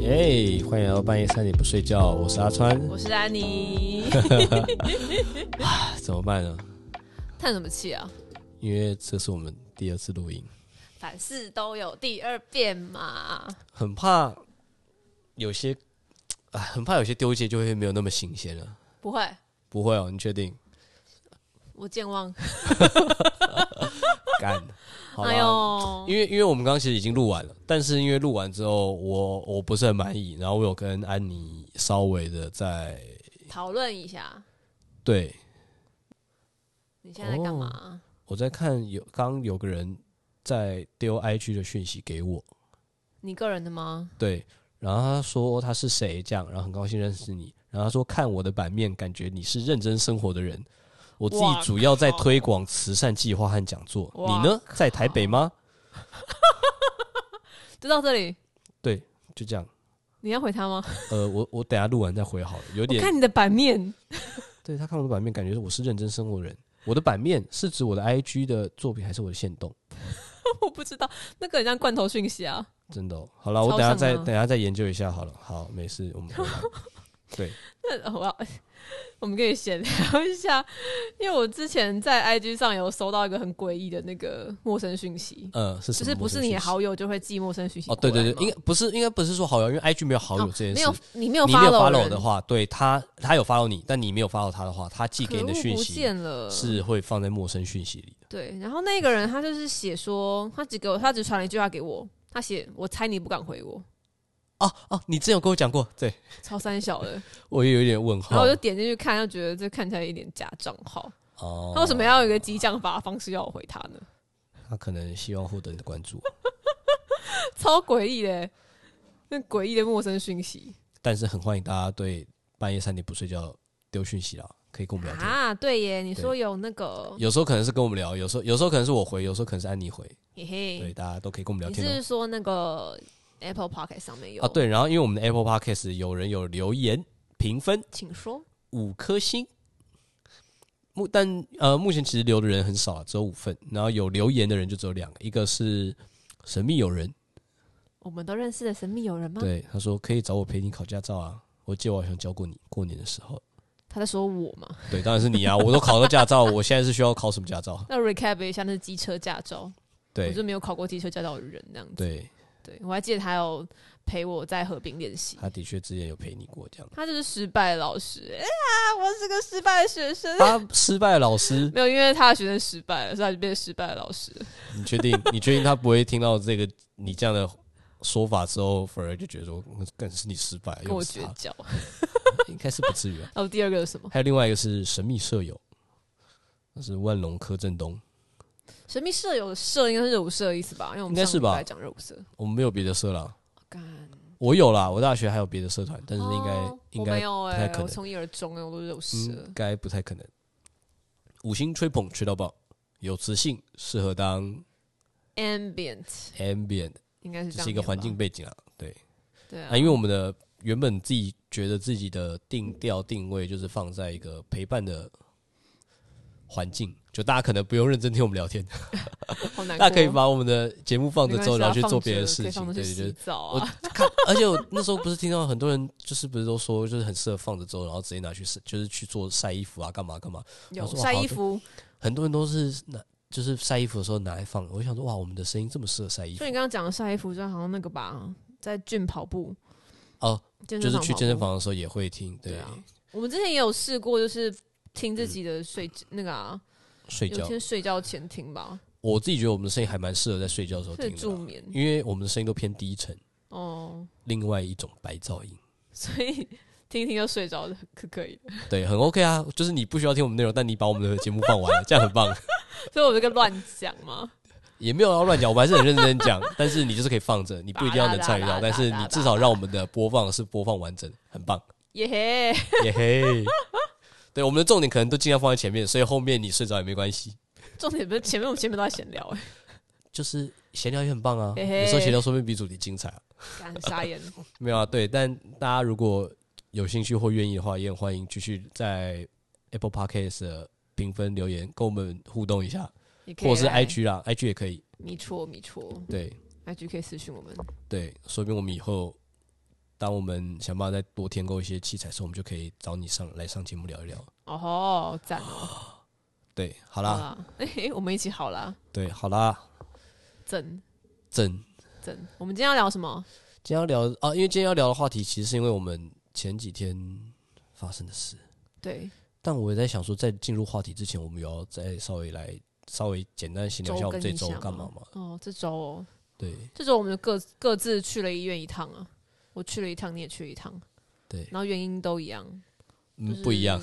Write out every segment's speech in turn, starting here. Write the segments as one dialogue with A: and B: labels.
A: 耶！欢迎来到半夜三点不睡觉，我是阿川。
B: 我是安妮。
A: 怎么办呢？
B: 叹什么气啊？
A: 因为这是我们第二次录音，
B: 凡事都有第二遍嘛。
A: 很怕有些，啊，很怕有些丢接就会没有那么新鲜了。
B: 不会，
A: 不会哦，你确定？
B: 我健忘。
A: 干， 好
B: 哎
A: 啦。
B: 呦，
A: 因为因为我们刚刚其实已经录完了，但是因为录完之后，我我不是很满意，然后我有跟安妮稍微的在
B: 讨论一下，
A: 对
B: 你现在在干嘛？
A: 我在看有刚有个人在丢 IG 的讯息给我，
B: 你个人的吗？
A: 对，然后他说他是谁这样，然后很高兴认识你，然后他说看我的版面，感觉你是认真生活的人。我自己
B: 哇
A: 主要在
B: 靠
A: 推广慈善计划和讲座，
B: 哇
A: 你呢，在台北吗？
B: 就到这里，
A: 就这样，
B: 你要回他吗？
A: 呃，我我等下录完再回好了，有
B: 我
A: 点
B: 看你的版面，
A: 对他看我的版面，感觉我是认真生活的人。我的版面是指我的 IG 的作品还是我的线动？
B: 我不知道那个很像罐头讯息啊。
A: 真的、哦，好了，我
B: 超
A: 等下
B: 像
A: 再
B: 啊
A: 等下再研究一下好了。好，没事，我们回来。对，
B: 那我要， 我们可以闲聊一下，因为我之前在 IG 上有收到一个很诡异的那个陌生讯息，
A: 呃，是什
B: 就
A: 么
B: 是不
A: 陌生
B: 是你
A: 讯
B: 的
A: 息
B: 好友就会寄陌生讯息
A: 哦，对
B: 过来
A: 对
B: 吗哦
A: 对，应该不是，应该不是说好友，因为 IG 没有好友这件事。
B: 没有你没有
A: 你没有
B: follow 人
A: 的话，对他他有 follow 你，但你没有 follow 他的话，他寄给你的
B: 可恶
A: 讯
B: 不
A: 息
B: 见了，
A: 是会放在陌生讯息里的。
B: 对。然后那个人他就是写说，他只给我，他只传了一句话给我，他写我猜你不敢回我，
A: 哦哦，你之前有跟我讲过，对
B: 超三小的。
A: 我也有一点问
B: 然
A: 号
B: 后我就。点进去看，就觉得这看起来有一点假账号，
A: 哦，
B: 他为什么要有一个激将法的方式要我回他呢？
A: 他可能希望获得你的关注，
B: 超诡异的，那诡异的陌生讯息
A: 但是很欢迎大家对半夜三点不睡觉丢讯息啦，可以跟我们聊天。
B: 啊！对耶，你说有那个，
A: 有时候可能是跟我们聊，有时候有时候可能是我回，有时候可能是安妮回，
B: 嘿
A: 对，
B: 嘿，
A: 大家都可以跟我们聊
B: 哎你
A: 天哦
B: 是说那个 Apple Pocket 上面有
A: 啊。，对，然后因为我们的 Apple Podcast 有人有留言评分，
B: 请说。
A: 五颗星。目但呃，目前其实留的人很少啊，只有五份，然后有留言的人就只有两个，一个是神秘友人，
B: 我们都认识的神秘友人吗？
A: 对，他说可以找我陪你考驾照啊，我记得我好像教过你过年的时候，
B: 他在说我吗？
A: 对，当然是你啊，我都考到驾照，我现在是需要考什么驾照？
B: 那 recap 一下，那是机车驾照，我
A: 对
B: 就没有考过机车驾照的人这样子。
A: 对，
B: 对，我还记得他有陪我在河滨练习，
A: 他的确之前有陪你过这样，
B: 他就是失败的老师。哎呀，我是个失败的学生。
A: 他失败的老师，
B: 啊没有，因为他的学生失败了，所以他就变成失败的老师了。
A: 你确定？你确定他不会听到这个你这样的说法之后，反而就觉得说，嗯更是你失败，
B: 跟
A: 又
B: 我哦
A: 不是
B: 绝
A: 他，
B: 交。
A: 应该是不至于啊。
B: 然后第二个是什么？
A: 还有另外一个是神秘舍友，那是万隆柯震东。
B: 神秘舍友的舍应该是热舞社的意思吧？因为我
A: 应
B: 们
A: 该是吧
B: 来讲热舞社。哦
A: 我们没有别的社啦，
B: 干，
A: 我有啦，我大学还有别的社团，但是应该、
B: 哦
A: 应
B: 我没
A: 该
B: 有
A: 不太
B: 哎、
A: 可能
B: 我从一而终哎、我都是热舞社。
A: 应该不太可能。五星吹捧吹到爆，有磁性，适合当
B: Ambient
A: ambient，
B: 应该是嗯这
A: 这
B: 样，
A: 是一个环境。背景啊。对
B: 对啊，
A: 啊，因为我们的原本自己觉得自己的定调定位就是放在一个陪伴的环境，就大家可能不用认真听我们聊天，
B: 好难过。
A: 大家可以把我们的节目放着之后，
B: 啊没关系啊
A: 然后去做别的
B: 放着
A: 事
B: 可以
A: 情
B: 放，着
A: 对
B: 去
A: 对对
B: 洗。澡啊，
A: 看，而且我那时候不是听到很多人就是不是都说就是很适合放着之后，然后直接拿去晒，就是去做晒衣服啊，干嘛干嘛。
B: 有
A: 我说
B: 晒
A: 好
B: 衣服。
A: 很多人都是拿就是晒衣服的时候拿来放。我想说哇，我们的声音这么适合晒衣服
B: 就你刚刚讲的晒衣服，就好像那个吧，在郡跑步，
A: 哦，
B: 健
A: 就
B: 身
A: 是
B: 房
A: 去
B: 跑
A: 健身
B: 步。
A: 房的时候也会听，对，
B: 对啊，我们之前也有试过，就是听自己的睡、那个啊，
A: 睡
B: 有
A: 觉。
B: 天睡觉前听吧，
A: 我自己觉得我们的声音还蛮适合在睡觉的时候
B: 会
A: 听的
B: 助
A: 啦，
B: 眠
A: 因为我们的声音都偏低沉，
B: 哦，
A: 另外一种白噪音。
B: 所以听一听就睡着了，可可以的。
A: 对，很 OK 啊，就是你不需要听我们内容，但你把我们的节目放完了，这样很棒。
B: 所以我这个乱讲嘛，
A: 也没有要乱讲，我们还是很认真讲。但是你就是可以放着，你不一定要能参与到，但是你至少让我们的播放是播放完整，很棒，
B: 耶嘿，
A: 耶嘿。 对，我们的重点可能都尽量放在前面，所以后面你睡着也没关系。
B: 重点不是前面我们前面都在闲聊哎、
A: 就是闲聊也很棒啊，
B: 嘿嘿
A: 有时候闲聊说不定比主题精彩啊。
B: 干傻眼，
A: 没有啊，对，但大家如果有兴趣或愿意的话，也很欢迎继续在 Apple Podcast 的评分留言跟我们互动一下，
B: 也可以
A: 或者是
B: 来
A: IG 啦，IG 也可以。
B: 迷戳迷戳
A: 对
B: ，IG 可以私讯我们，
A: 对，说不定我们以后当我们想办法再多添购一些器材的时候，我们就可以找你上来上节目聊一聊。
B: 哦吼，赞，好
A: 对，好啦，
B: 啦， 哎、诶我们一起好啦，
A: 对，好啦，
B: 整
A: 正。
B: 整，我们今天要聊什么？
A: 今天要聊啊，因为今天要聊的话题，其实是因为我们前几天发生的事。
B: 对，
A: 但我也在想说，在进入话题之前，我们有要再稍微来稍微简单闲聊一下我们这周干嘛嘛？
B: 哦，这周哦，
A: 对
B: 这周我们各各自去了医院一趟啊，我去了一趟，你也去了一趟，
A: 对，
B: 然后原因都一样，就
A: 嗯，
B: 是
A: 不一样，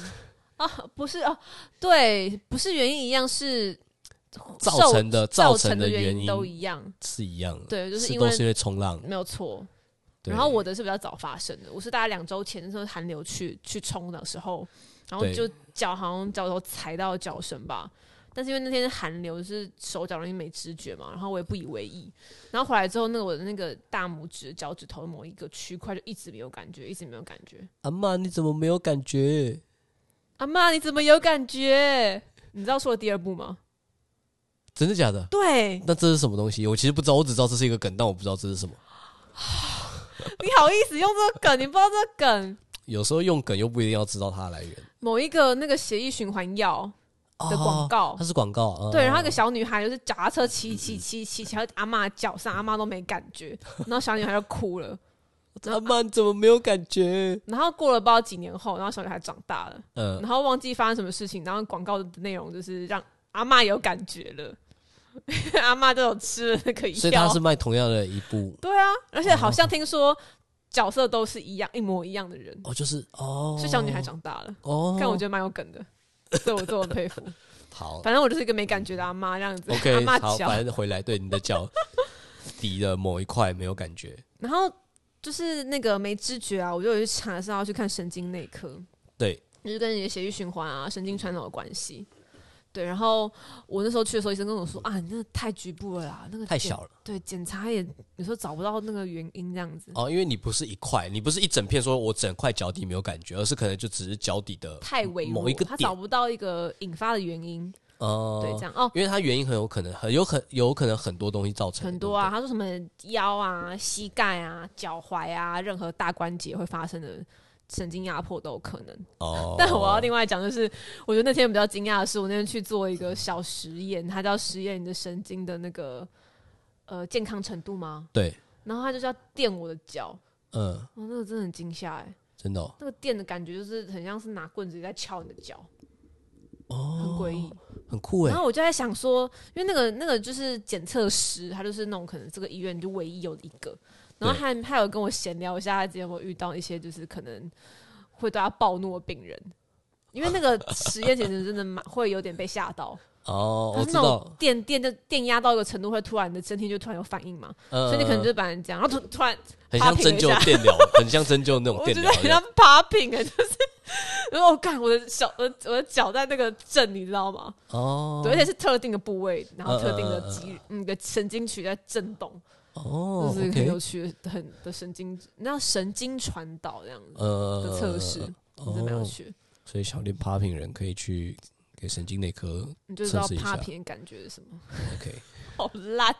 B: 啊，不是哦，对，不是原因一样，是
A: 造成的
B: 造
A: 成
B: 的
A: 原
B: 因都一样，
A: 是一样的，
B: 对，就是
A: 是
B: 因
A: 都
B: 为
A: 是因为冲浪。
B: 没有错。
A: 对
B: 然后我的是比较早发生的，我是大概两周前那时候寒流去去冲的时候，然后
A: 对
B: 就脚好像脚头踩到脚绳吧，但是因为那天是寒流，就是手脚容易没知觉嘛，然后我也不以为意。然后回来之后，那个我的那个大拇指脚趾头的某一个区块就一直没有感觉，一直没有感觉。
A: 阿妈，你怎么没有感觉？
B: 阿妈，你怎么有感觉？你知道说的第二步吗？
A: 真的假的？
B: 对，
A: 那这是什么东西？我其实不知道，我只知道这是一个梗，但我不知道这是什么。
B: 你好意思用这个梗？你不知道这个梗？
A: 有时候用梗又不一定要知道它的来源。
B: 某一个那个血液循环药，的广告
A: 哦它是广告啊。
B: 对，然后那个小女孩就是脚踏车骑骑骑骑骑到阿妈脚上，阿妈都没感 觉，然后小女孩就哭了。
A: 阿妈，你怎么没有感觉？
B: 然后过了不知道几年后，然后小女孩长大了，
A: 嗯，
B: 然后忘记发生什么事情，然后广告的内容就是让阿妈有感觉了， 阿妈都有吃了那个
A: 所以
B: 药
A: 他是。哦卖同样的一部
B: 对啊，而且好像听说角色都是一样一模一样的人，
A: 哦，就是哦，
B: 所以小女孩长大了，
A: 哦，
B: 但我觉得蛮有梗的， 所以我这么佩服。
A: 好
B: 反正我就是一个没感觉的阿妈这样子，阿
A: ，OK，
B: 妈
A: 好，
B: 脚。
A: 反正回来对你的脚底的某一块没有感觉，
B: 然后就是那个没知觉啊，我就有去查是要去看神经内科，
A: 对，
B: 就是跟你的血液循环啊、神经传导有关系。对，然后我那时候去的时候，医生跟我说啊，你那个太局部了啦，那个
A: 太
B: 检
A: 小，了
B: 对，检查也有时候找不到那个原因这样子，
A: 哦，因为你不是一块，你不是一整片，说我整块脚底没有感觉，而是可能就只是脚底的
B: 太微弱，
A: 某一个
B: 他
A: 点
B: 找不到一个引发的原因，
A: 哦，
B: 对，这样哦。
A: 因为它原因很有可能很有很有可能很多东西造成的
B: 很多啊，，他说什么腰啊、膝盖啊、脚踝啊，任何大关节会发生的神经压迫都有可能。
A: 对不对哦，
B: 但我要另外讲，就是我觉得那天比较惊讶的是，我那天去做一个小实验，它叫实验你的神经的那个呃健康程度吗？
A: 对，
B: 然后它就是要电我的脚，
A: 嗯，
B: 哦，那个真的很惊吓哎，
A: 真的哦，
B: 那个电的感觉就是很像是拿棍子在敲你的脚，
A: 哦
B: 很诡异。
A: 很酷哎
B: 然，后我就在想说，因为那个那个就是检测师，他就是那种可能这个医院就唯一有的一个，然后他他有跟我闲聊一下，他之前有没有遇到一些就是可能会对他暴怒的病人。因为那个实验简直真的蛮会有点被吓到，
A: 哦，我
B: 他是
A: 知
B: 那
A: 道
B: 种，电电就电压到一个程度，会突然你的身体就突然有反应嘛，
A: 所
B: 所以你可能就把人这样，然后突突然
A: 嗯很像
B: 趴平
A: 针
B: 一
A: 灸
B: 下
A: 电疗，很像针灸那种
B: 我
A: 电
B: 觉
A: 疗
B: 得很
A: 一样
B: 像 popping 哎、就是 然后我干我的小我的我的脚在那个震，你知道吗？
A: 哦，
B: 对，而且是特定的部位，然后特定的
A: 嗯嗯嗯
B: 肌，嗯，的神经区在震动，
A: 哦
B: 就是很有
A: ，OK，
B: 趣的，很的神经，你知道神经传导这样子
A: 呃
B: 的测试，真的蛮有
A: 哦
B: 趣的，
A: 所以小练 popping 人可以去给神经内科
B: 你就知道
A: 测试一下
B: 趴平的感觉是什么，
A: ，OK。
B: 好烂。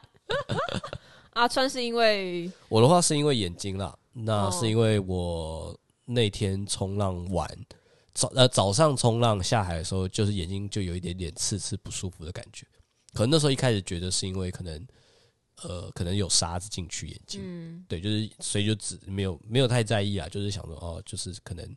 B: 阿川是因为嗯
A: 我的话是因为眼睛啦，那
B: 哦
A: 是因为我那天冲浪完。早呃早上冲浪下海的时候，就是眼睛就有一点点刺刺不舒服的感觉，可能那时候一开始觉得是因为可能呃可能有沙子进去眼睛，
B: 嗯
A: 对，就是所以就只没有没有太在意啊，就是想说哦，就是可能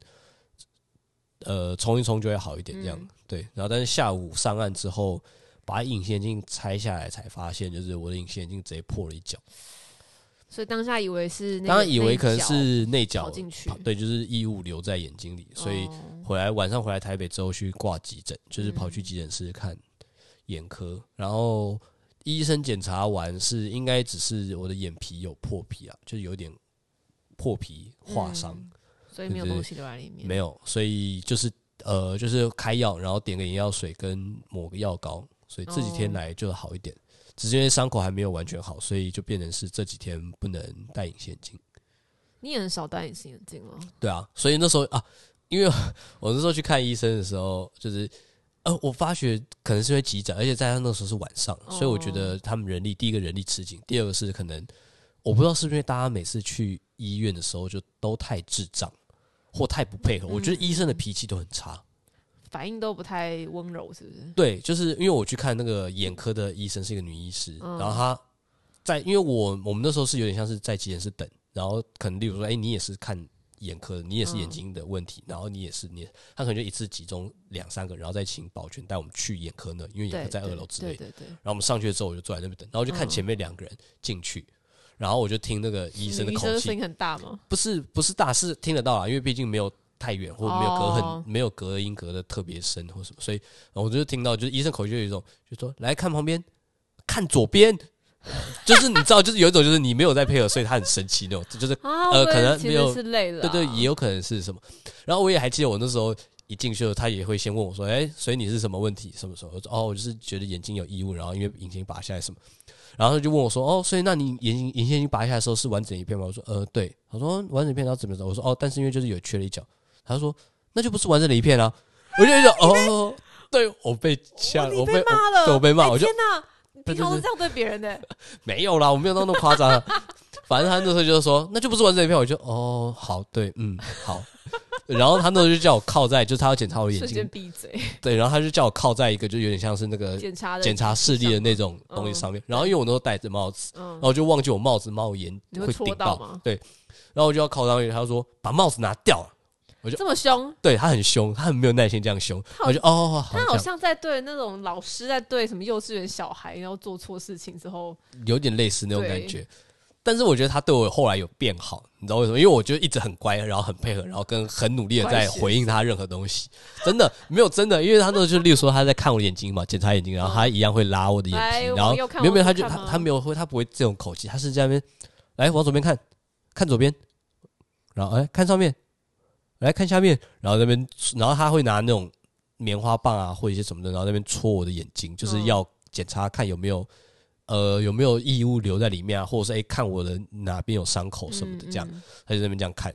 A: 呃冲一冲就会好一点这样，
B: 嗯
A: 对。然后但是下午上岸之后，把隐形眼镜拆下来，才发现就是我的隐形眼镜直接破了一角，
B: 所以当下以为是那个
A: 当然以
B: 那
A: 为
B: 一
A: 可能
B: 脚
A: 是内角
B: 跑进去，
A: 对，就是异物留在眼睛里，所以
B: 哦
A: 回来晚上回来台北之后去挂急诊，就是跑去
B: 嗯
A: 急诊室看眼科，然后医生检查完是应该只是我的眼皮有破皮啊，就是有点破皮划伤，
B: 嗯所以没有
A: 就是
B: 东西留在里面，
A: 没有，所以就是呃就是开药，然后点个眼药水跟抹个药膏，所以这几天
B: 哦
A: 来就好一点。只是因为伤口还没有完全好，所以就变成是这几天不能戴隐形眼镜。
B: 你也很少戴隐形眼镜了，
A: 对啊，所以那时候啊，因为 我那时候去看医生的时候，就是呃，我发觉可能是因为急诊，而且在他那时候是晚上，
B: 哦
A: 所以我觉得他们人力，第一个人力吃紧，第二个是可能我不知道是不是因为大家每次去医院的时候就都太智障或太不配合。我觉得医生的脾气都很差。
B: 反应都不太温柔，是不是？
A: 对，就是因为我去看那个眼科的医生是一个女医师，
B: 嗯
A: 然后她在，因为我我们那时候是有点像是在急诊室等，然后可能例如说，哎、你也是看眼科的，你也是
B: 嗯
A: 眼睛的问题，然后你也是你也，她可能就一次集中两三个，然后再请保全带我们去眼科那，因为眼科
B: 对，
A: 在二楼之类的。
B: 对对对，
A: 然后我们上去之后，我就坐在那边等，然后我就看
B: 嗯
A: 前面两个人进去，然后我就听那个医生的
B: 嗯女医
A: 口
B: 生
A: 气
B: 声，音很大吗？
A: 不是不是大，是听得到啊，因为毕竟没有太远或没有隔很、
B: 哦
A: 没有隔音隔的特别深或什么，所以然后我就听到就是医生口气就有一种就说来看旁边，看左边，就是你知道就是有一种就是你没有在配合，所以他很生气那种，这就是
B: 啊，
A: 呃
B: 我以为
A: 可能
B: 其
A: 没
B: 实
A: 有
B: 是累了啊、
A: 对对，也有可能是什么。然后我也还记得我那时候一进去的时候，他也会先问我说：“哎、所以你是什么问题？什么时候？”我说：“哦，我就是觉得眼睛有异物，然后因为眼睛拔下来什么。”然后他就问我说：“哦，所以那你眼睛眼睛拔下来的时候是完整一片吗？”我说：“呃，对。”他说：“完整一片，然后怎么着？”我说：“哦，但是因为就是有缺了一角。”他说：“那就不是完整的一片啊。”我就觉得哦，对我被吓
B: 哇
A: 了，
B: 哦你
A: 我
B: 被
A: 被
B: 骂了
A: 对我被骂，
B: 哎
A: 我就
B: 天哪！你
A: 对
B: 平常
A: 对
B: 都这样对别人的、
A: 没有啦，我没有到那么夸张啊。 反正他那时候就是说，那就不是完整一片，我就哦，好，对，嗯，好。然后他那时候就叫我靠在，就是他要检查我眼
B: 瞬
A: 睛，
B: 间闭嘴，
A: 对，然后他就叫我靠在一个，就有点像是那个
B: 检查的
A: 呃检查视力的那种东西上面。然后因为我那时候戴着帽子，
B: 嗯
A: 然后我就忘记我帽子帽檐
B: 你会戳
A: 顶
B: 到吗
A: 对，然后我就要靠上去，他就说把帽子拿掉了。
B: 这么凶，
A: 对他很凶，他很没有耐心这样凶，我就哦，好
B: 他
A: 这
B: 好
A: 样
B: 像在对那种老师在对什么幼稚园小孩，然后做错事情之后，
A: 有点类似那种
B: 对
A: 感觉。但是我觉得他对我后来有变好，你知道为什么？因为我就一直很乖，然后很配合，然后跟很努力的在回应他任何东 西。真的没有真的，因为他那时候就例如说他在看我眼睛嘛，检查眼睛，然后他一样会拉我的眼
B: 来
A: 皮，
B: 往
A: 然后
B: 右看
A: 没有没有，
B: 往
A: 他
B: 左
A: 就
B: 哎看
A: 他
B: 吗
A: 他没有会，他不会这种口气，他是在那边来往左边看，看左边，然后哎看上面，来看下面，然后那边然后他会拿那种棉花棒啊或者一些什么的，然后那边戳我的眼睛，就是
B: 嗯
A: 要检查看有没有呃有没有异物留在里面啊，或者是哎、看我的哪边有伤口什么的，
B: 嗯
A: 这样、
B: 嗯
A: 他就在那边这样看。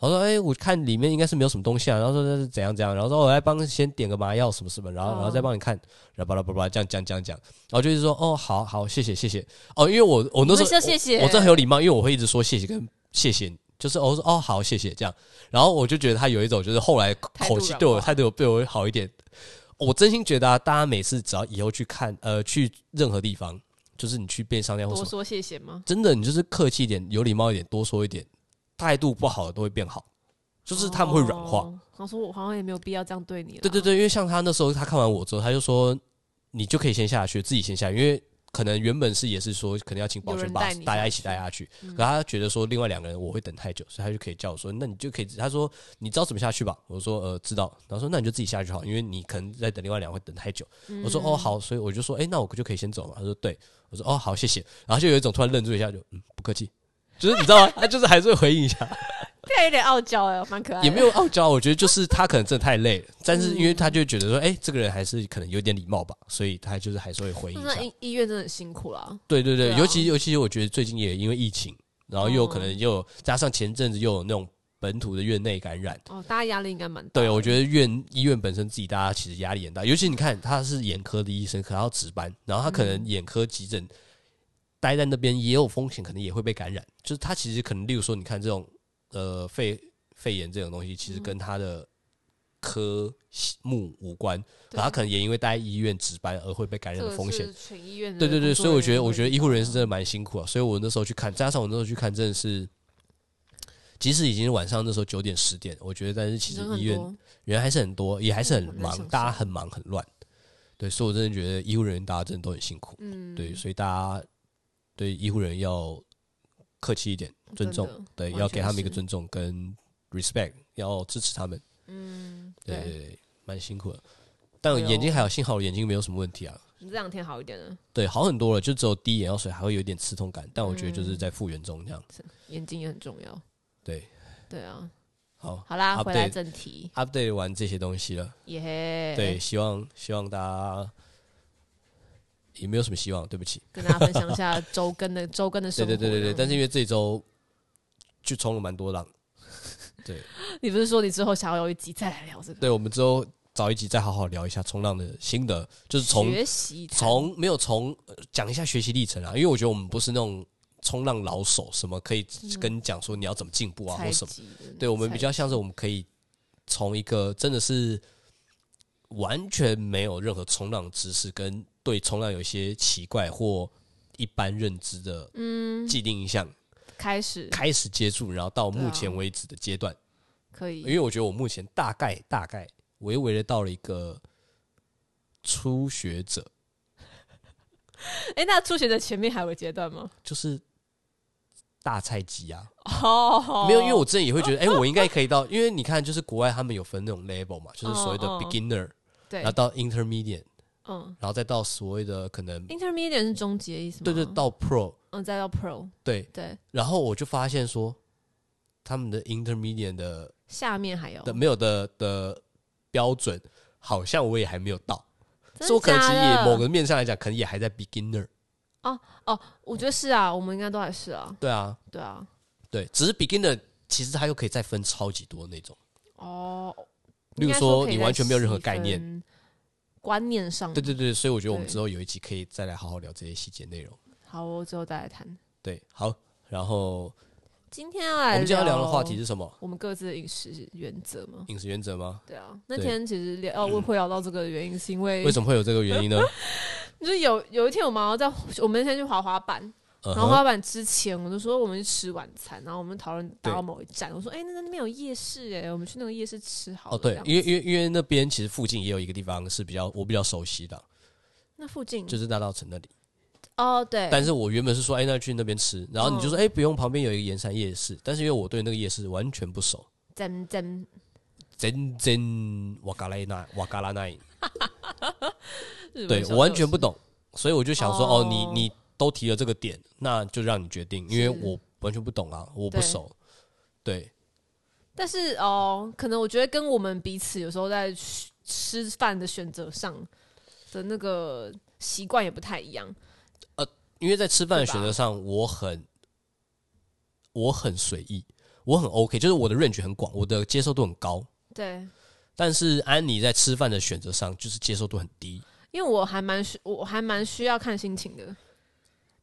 A: 我说：“哎、我看里面应该是没有什么东西啊。”然后说：“那是怎样怎样。”然后说：“哦我来帮先点个麻药什么什么，
B: 哦
A: 然后然后再帮你看，然后巴拉巴拉这样讲讲讲。”然后就是说：“哦，好好，谢谢谢谢。”哦，因为我我那时候
B: 你会说谢谢
A: 我，我真的很有礼貌，因为我会一直说谢谢跟谢谢，就是哦我说哦好谢谢这样。然后我就觉得他有一种就是后来
B: 态度
A: 口气
B: 软
A: 对我
B: 化
A: 态度有对我好一点。我真心觉得啊，大家每次只要以后去看呃去任何地方，就是你去便利商店或什
B: 多
A: 么。
B: 说谢谢吗？
A: 真的，你就是客气一点，有礼貌一点，多说一点，态度不好的都会变好，就是他们会软化。
B: 哦。好像说我好像也没有必要这样对你了。
A: 对对对，因为像他那时候，他看完我之后，他就说你就可以先下去，自己先下去，因为可能原本是也是说可能要请保
B: 有
A: 全
B: 人
A: 把
B: 带你
A: 大家
B: 下
A: 一起带
B: 去
A: 下去，
B: 嗯
A: 可他觉得说另外两个人我会等太久，所以他就可以叫我说，那你就可以自，他说你知道怎么下去吧？我说呃知道，然后说那你就自己下去好，因为你可能在等另外两个会等太久。
B: 嗯
A: 我说哦，好，所以我就说哎、那我就可以先走嘛。他说对，我说哦好谢谢，然后就有一种突然愣住一下就嗯不客气，就是你知道吗？ 他就是还是会回应一下，
B: 这样有点傲娇哎，蛮可爱的。
A: 也没有傲娇，我觉得就是他可能真的太累了，但是因为他就觉得说哎、这个人还是可能有点礼貌吧，所以他就是还是会回应一
B: 那
A: 下。
B: 医医院真的很辛苦啦。
A: 对对对，
B: 对啊哦
A: 尤其尤其我觉得最近也因为疫情，然后又可能又有加上前阵子又有那种本土的院内感染。
B: 哦，大家压力应该蛮大的。
A: 对，我哦觉得院医院本身自己大家其实压力很大，尤其你看他是眼科的医生，可他要值班，然后他可
B: 嗯
A: 能眼科急诊待在那边也有风险，可能也会被感染。就是他其实可能，例如说，你看这种呃肺肺炎这种东西，其实跟
B: 嗯
A: 他的科目无关，可
B: 对
A: 他可能也因为待在医院值班而会被感染的风险。
B: 这个是全医院的
A: 对对对，
B: 工作
A: 所以我
B: 人
A: 觉得，
B: 员
A: 我
B: 会
A: 觉得医护人员是
B: 遇
A: 真的蛮辛苦啊。所以我那时候去看，加上我那时候去看，真的是，即使已经晚上那时候九点十点，我觉得，但是其实
B: 到的
A: 医
B: 人
A: 院
B: 很多
A: 人还是很多，也还是很忙
B: 嗯很难想，象
A: 大家很忙很乱。对，所以我真的觉得医护人员大家真的都很辛苦。
B: 嗯，
A: 对，所以大家对医护人员要客气一点，尊重
B: 哦真的，
A: 对，
B: 完
A: 要
B: 全
A: 给他们一个
B: 是
A: 尊重跟 respect，要支持他们。
B: 嗯，
A: 对
B: 对，
A: 对对，蛮辛苦的。但
B: 哎
A: 我
B: 呦
A: 眼睛还好，幸好我眼睛没有什么问题啊。
B: 你这两天好一点了，
A: 对，好很多了，就只有滴眼药水还会有点刺痛感，但我觉得
B: 嗯
A: 就是在复原中这样。
B: 眼睛也很重要。
A: 对，
B: 对啊，
A: 好
B: 好啦，
A: Update
B: 回来正题，
A: ，update 完这些东西了，
B: 耶嘿，
A: 对，，希望希望大家也没有什么希望，对不起。
B: 跟大家分享一下周 更的周更的
A: 对
B: 生
A: 对
B: 活呢。
A: 对对对，但是因为这周就冲了蛮多 浪，对，
B: 你不是说你之后想要有一集再来聊这个？
A: 对，我们之后找一集再好好聊一下冲浪的心得，就是从
B: 学习谈
A: 从没有从呃讲一下学习历程啊，因为我觉得我们不是那种冲浪老手，什么可以
B: 嗯
A: 跟你讲说你要怎么进步啊，
B: 采
A: 或什么。
B: 集的
A: 对我们比较像是我们可以从一个真的是完全没有任何冲浪知识，跟对冲浪有一些奇怪或一般认知的
B: 嗯
A: 既定印象
B: 开始
A: 开始接触，然后到
B: 对啊
A: 目前为止的阶段，
B: 可
A: 因
B: 以
A: 为我觉得我目前大概大概微微的到了一个初学者，
B: 哎、那初学者前面还有个阶段吗？
A: 就是大菜鸡啊。
B: 哦，
A: 没有，因为我之前也会觉得，哎、 我应该可以到，因为你看，就是国外他们有分那种 level 嘛，就是所谓的
B: 嗯嗯
A: beginner，、
B: 对
A: 然后，到 intermediate，
B: 嗯
A: 然后再到所谓的可能，
B: ，intermediate 是终结意思吗？
A: 对对，到 pro，
B: 嗯，再到 pro，
A: 对，
B: 对，
A: 然后我就发现说，他们的 intermediate 的
B: 下面还有，
A: 的没有的的标准，好像我也还没有到，
B: 真
A: 所以我可能
B: 假
A: 其实也
B: 的
A: 某个面上来讲，可能也还在 beginner，
B: 我觉得是啊，我们应该都还是啊，
A: 对啊，
B: 对啊，
A: 对，只是 beginner 其实它又可以再分超级多那种，
B: 哦，
A: 例如
B: 应该
A: 说
B: 可以
A: 你
B: 再
A: 完全没有任何
B: 细
A: 概念
B: 分，观念上，
A: 对对对，所以我觉得我们
B: 对
A: 之后有一集可以再来好好聊这些细节内容。
B: 好，我之后再来谈。
A: 对，好，然后
B: 今天要
A: 我
B: 来
A: 们今天要聊的话题，是什么？
B: 我们各自的饮食原则吗？
A: 饮食原则吗？
B: 对啊，那
A: 对嗯
B: 天其实聊，哦，我会聊到这个的原因是因为
A: 为什么会有这个原 因呢？
B: 就是有有一天我妈妈在，我们先去滑滑板，
A: 嗯
B: 然后
A: 哼，
B: 滑板之前我就说我们去吃晚餐，然后我们讨论打到某一站，我说哎、那那边有夜市哎、我们去那个夜市吃好了。
A: 哦，对
B: 这，样
A: 因为因为因为那边其实附近也有一个地方是比较我比较熟悉的，啊
B: 那附近
A: 就是大稻城那里。
B: 哦对，嗯
A: 但是我原本是说，哎，那去那边吃，然后你就说，哎，不用，旁边有一个盐山夜市。但是因为我对那个夜市完全不熟，
B: 真真
A: 真真瓦嘎莱奈瓦嘎拉奈，
B: 日本
A: 对
B: 小
A: 我完
B: 教
A: 全不
B: 室
A: 懂，所以我就想说，哦，
B: 哦
A: 你你都提了这个点，那就让你决定，因为
B: 是
A: 我完全不懂啊，我不
B: 对
A: 熟，对，
B: 但是哦，可能我觉得跟我们彼此有时候在吃吃饭的选择上的那个习惯也不太一样。
A: 因为在吃饭的
B: 对吧
A: 选择上，我很我很随意，我很 OK，就是我的 range 很广，我的接受度很高。
B: 对，
A: 但是安妮在吃饭的选择上，就是接受度很低。
B: 因为我还蛮需，我还蛮需要看心情的。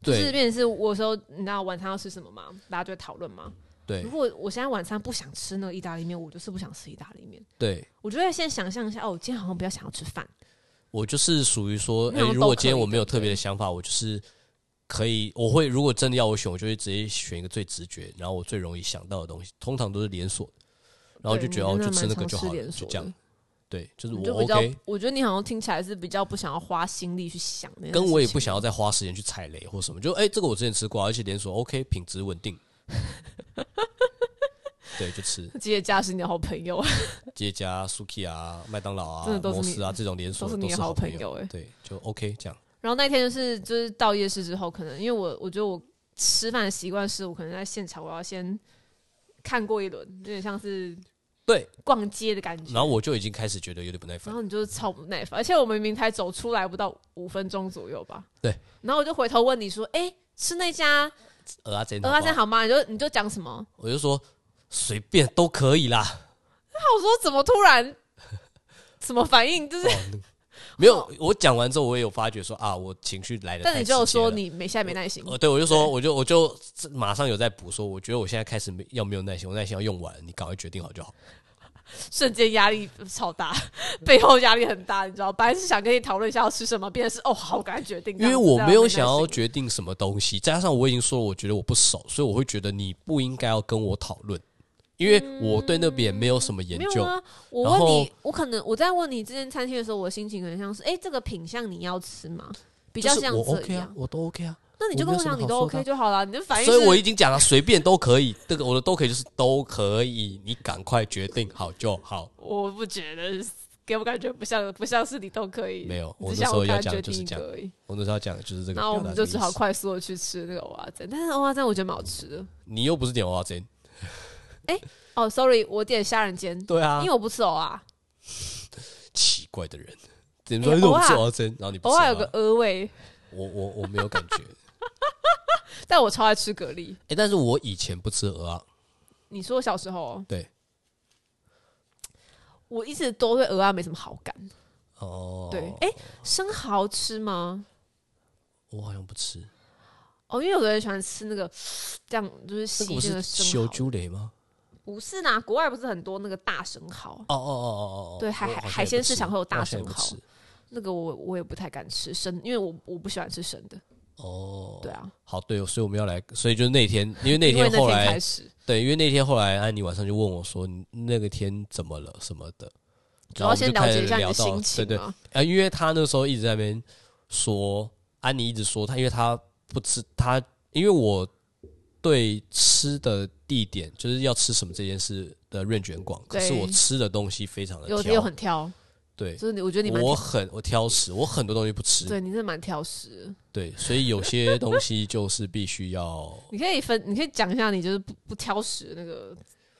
B: 就是
A: 对
B: 变成是我有时候你知道晚餐要吃什么吗？大家就会讨论嘛。
A: 对
B: 如果我现在晚餐不想吃那个意大利面，我就是不想吃意大利面。
A: 对，
B: 我就会先想象一下，哦，我今天好像比较想要吃饭。
A: 我就是属于说，
B: 那
A: 哎、
B: 种
A: 如果
B: 都可以
A: 今天我没有
B: 对不对
A: 特别的想法，我就是可以，
B: 嗯
A: 我会如果真的要我选，我就会直接选一个最直觉，然后我最容易想到的东西，通常都是连锁的，然后就
B: 对
A: 觉得哦，
B: 你真
A: 就
B: 的
A: 吃
B: 蛮
A: 那个
B: 常
A: 就好
B: 吃
A: 了，
B: 连
A: 就
B: 锁
A: 这样
B: 的。
A: 对，就是
B: 你
A: 我
B: 就比较
A: OK，
B: 我觉得你好像听起来是比较不想要花心力去想那件事情，
A: 跟我也不想要再花时间去踩雷或什么，就哎、这个我之前吃过啊，而且连锁 OK，品质稳 定。对，就吃
B: 这些家是你的好朋友，
A: 这家 Suki 啊、麦当劳
B: 真
A: 啊
B: 的、都是
A: 摩
B: 你
A: 斯啊这种连锁
B: 都是
A: 的
B: 你的
A: 好
B: 好
A: 朋
B: 朋友欸
A: 对，就 OK 这样。
B: 然后那天就是就是到夜市之后，可能因为我我觉得我吃饭的习惯是我可能在现场我要先看过一轮，有点像是
A: 对，
B: 逛街的感觉。
A: 然后我就已经开始觉得有点不耐
B: 然
A: 烦。
B: 后你就是超不耐烦，而且我明明才走出来不到五分钟左右吧。
A: 对。
B: 然后我就回头问你说：“哎、吃那家
A: 鹅阿珍，
B: 鹅阿三，好吗？”你就你就讲什 么？
A: 我就说随便都可以
B: 哦
A: 啦。
B: 那我说怎么突 然什么反应？就是，
A: 没有，我讲完之后我也有发觉说啊，我情绪来的。
B: 但你就有说，你没现在没耐心。
A: 呃，对我就说，我就我就马上有在补说，我觉得我现在开始没要没有耐心，我耐心要用完，你赶快决定好就好。
B: 瞬间压力超大， 背后压力很大，你知道？本来是想跟你讨论一下要吃什么，变成是哦，好，我赶快决定。
A: 因为我没有想要决
B: 决，
A: 定什么东西，再加上我已经说我觉得我不熟，所以我会觉得你不应该要跟我讨论，因为我对那边没有什么研
B: 没
A: 究。
B: 有啊。我
A: 然
B: 问
A: 后
B: 你，我可能我在问你这间餐厅的时候，我的心情可能像是，哎、这个品相你要吃吗？比
A: 比
B: 较像
A: 我
B: 这
A: OK
B: 样。
A: 啊，我都 OK 啊，
B: 那你就跟
A: 我没有什么
B: 讲，你
A: 好
B: 都
A: 说的啊
B: OK 就好了。你的反应
A: 所以
B: 是，
A: 我已经讲了，随便都可以。这个我的都可以就是都可以，你赶快决定好就好。
B: 我不觉得，给我感觉不像不像是你都可以。
A: 没有
B: 你
A: 我
B: 只
A: 那时
B: 想
A: 候
B: 我
A: 要
B: 看
A: 讲
B: 决
A: 就是
B: 定一
A: 这样
B: 个而已。
A: 我那时候要讲的就是这个
B: 然后我
A: 表达
B: 们
A: 这个
B: 就
A: 意思，
B: 只好快速的去吃那个蚵仔煎，但是蚵仔煎我觉得蛮好吃的。
A: 你又不是点娃娃煎，
B: 哦，sorry，我点虾仁煎，
A: 对啊
B: 因为，我不吃蚵啊。
A: 奇怪的人，怎么说
B: 哎
A: 你怎么
B: 偶
A: 不
B: 尔
A: 吃娃娃煎？ 然后你不
B: 偶
A: 吃
B: 尔有
A: 吗
B: 个鹅味，
A: 我我我没有感觉。
B: 但我超爱吃蛤蜊。
A: 哎，但是我以前不吃鹅啊，
B: 你说我小时候哦，
A: 对
B: 我一直都对鹅啊没什么好感。
A: 哦，
B: 对，哎、生蚝吃吗？
A: 我好像不吃。
B: 哦，因为有的人喜欢吃那个这样，就是
A: 那
B: 洗
A: 个不
B: 那
A: 是
B: 个
A: 修
B: 生蚝，
A: 猪雷吗？
B: 不是啦，国外不是很多那个大生蚝，
A: 哦哦哦哦哦，
B: 对海
A: 我好
B: 海
A: 像也
B: 海鲜
A: 不
B: 市
A: 吃
B: 场会有
A: 我
B: 大
A: 好像也
B: 生
A: 不
B: 蚝
A: 吃
B: 那个我我也不太敢吃生，因为我我不喜欢吃生的，
A: 哦，
B: 对啊，
A: 好，对、哦，所以我们要来，所以就那天，因为那
B: 因为
A: 天
B: 那
A: 后
B: 天开
A: 来，
B: 始，
A: 对，因为那天后来安妮晚上就问我说，你那个天怎么了什么的，
B: 主
A: 然后我
B: 要
A: 们
B: 先
A: 就
B: 了
A: 开
B: 解
A: 始
B: 一下你
A: 聊
B: 的
A: 到
B: 心，情
A: 对对，
B: 嘛，
A: 啊，因为他那时候一直在那边说，安妮一直说他，因为他不吃他，因为我对吃的地点就是要吃什么这件事的 range 很广，可
B: 对
A: 是我吃的东西非常的
B: 有
A: 挑，
B: 有很挑，
A: 对，
B: 就是你我觉得你蛮
A: 我
B: 挑，
A: 很我挑食，我很多东西不吃，
B: 对你真的蛮挑食的，
A: 对，所以有些东西就是必须要。
B: 你可以分，你可以讲一下你就是不不挑食的那个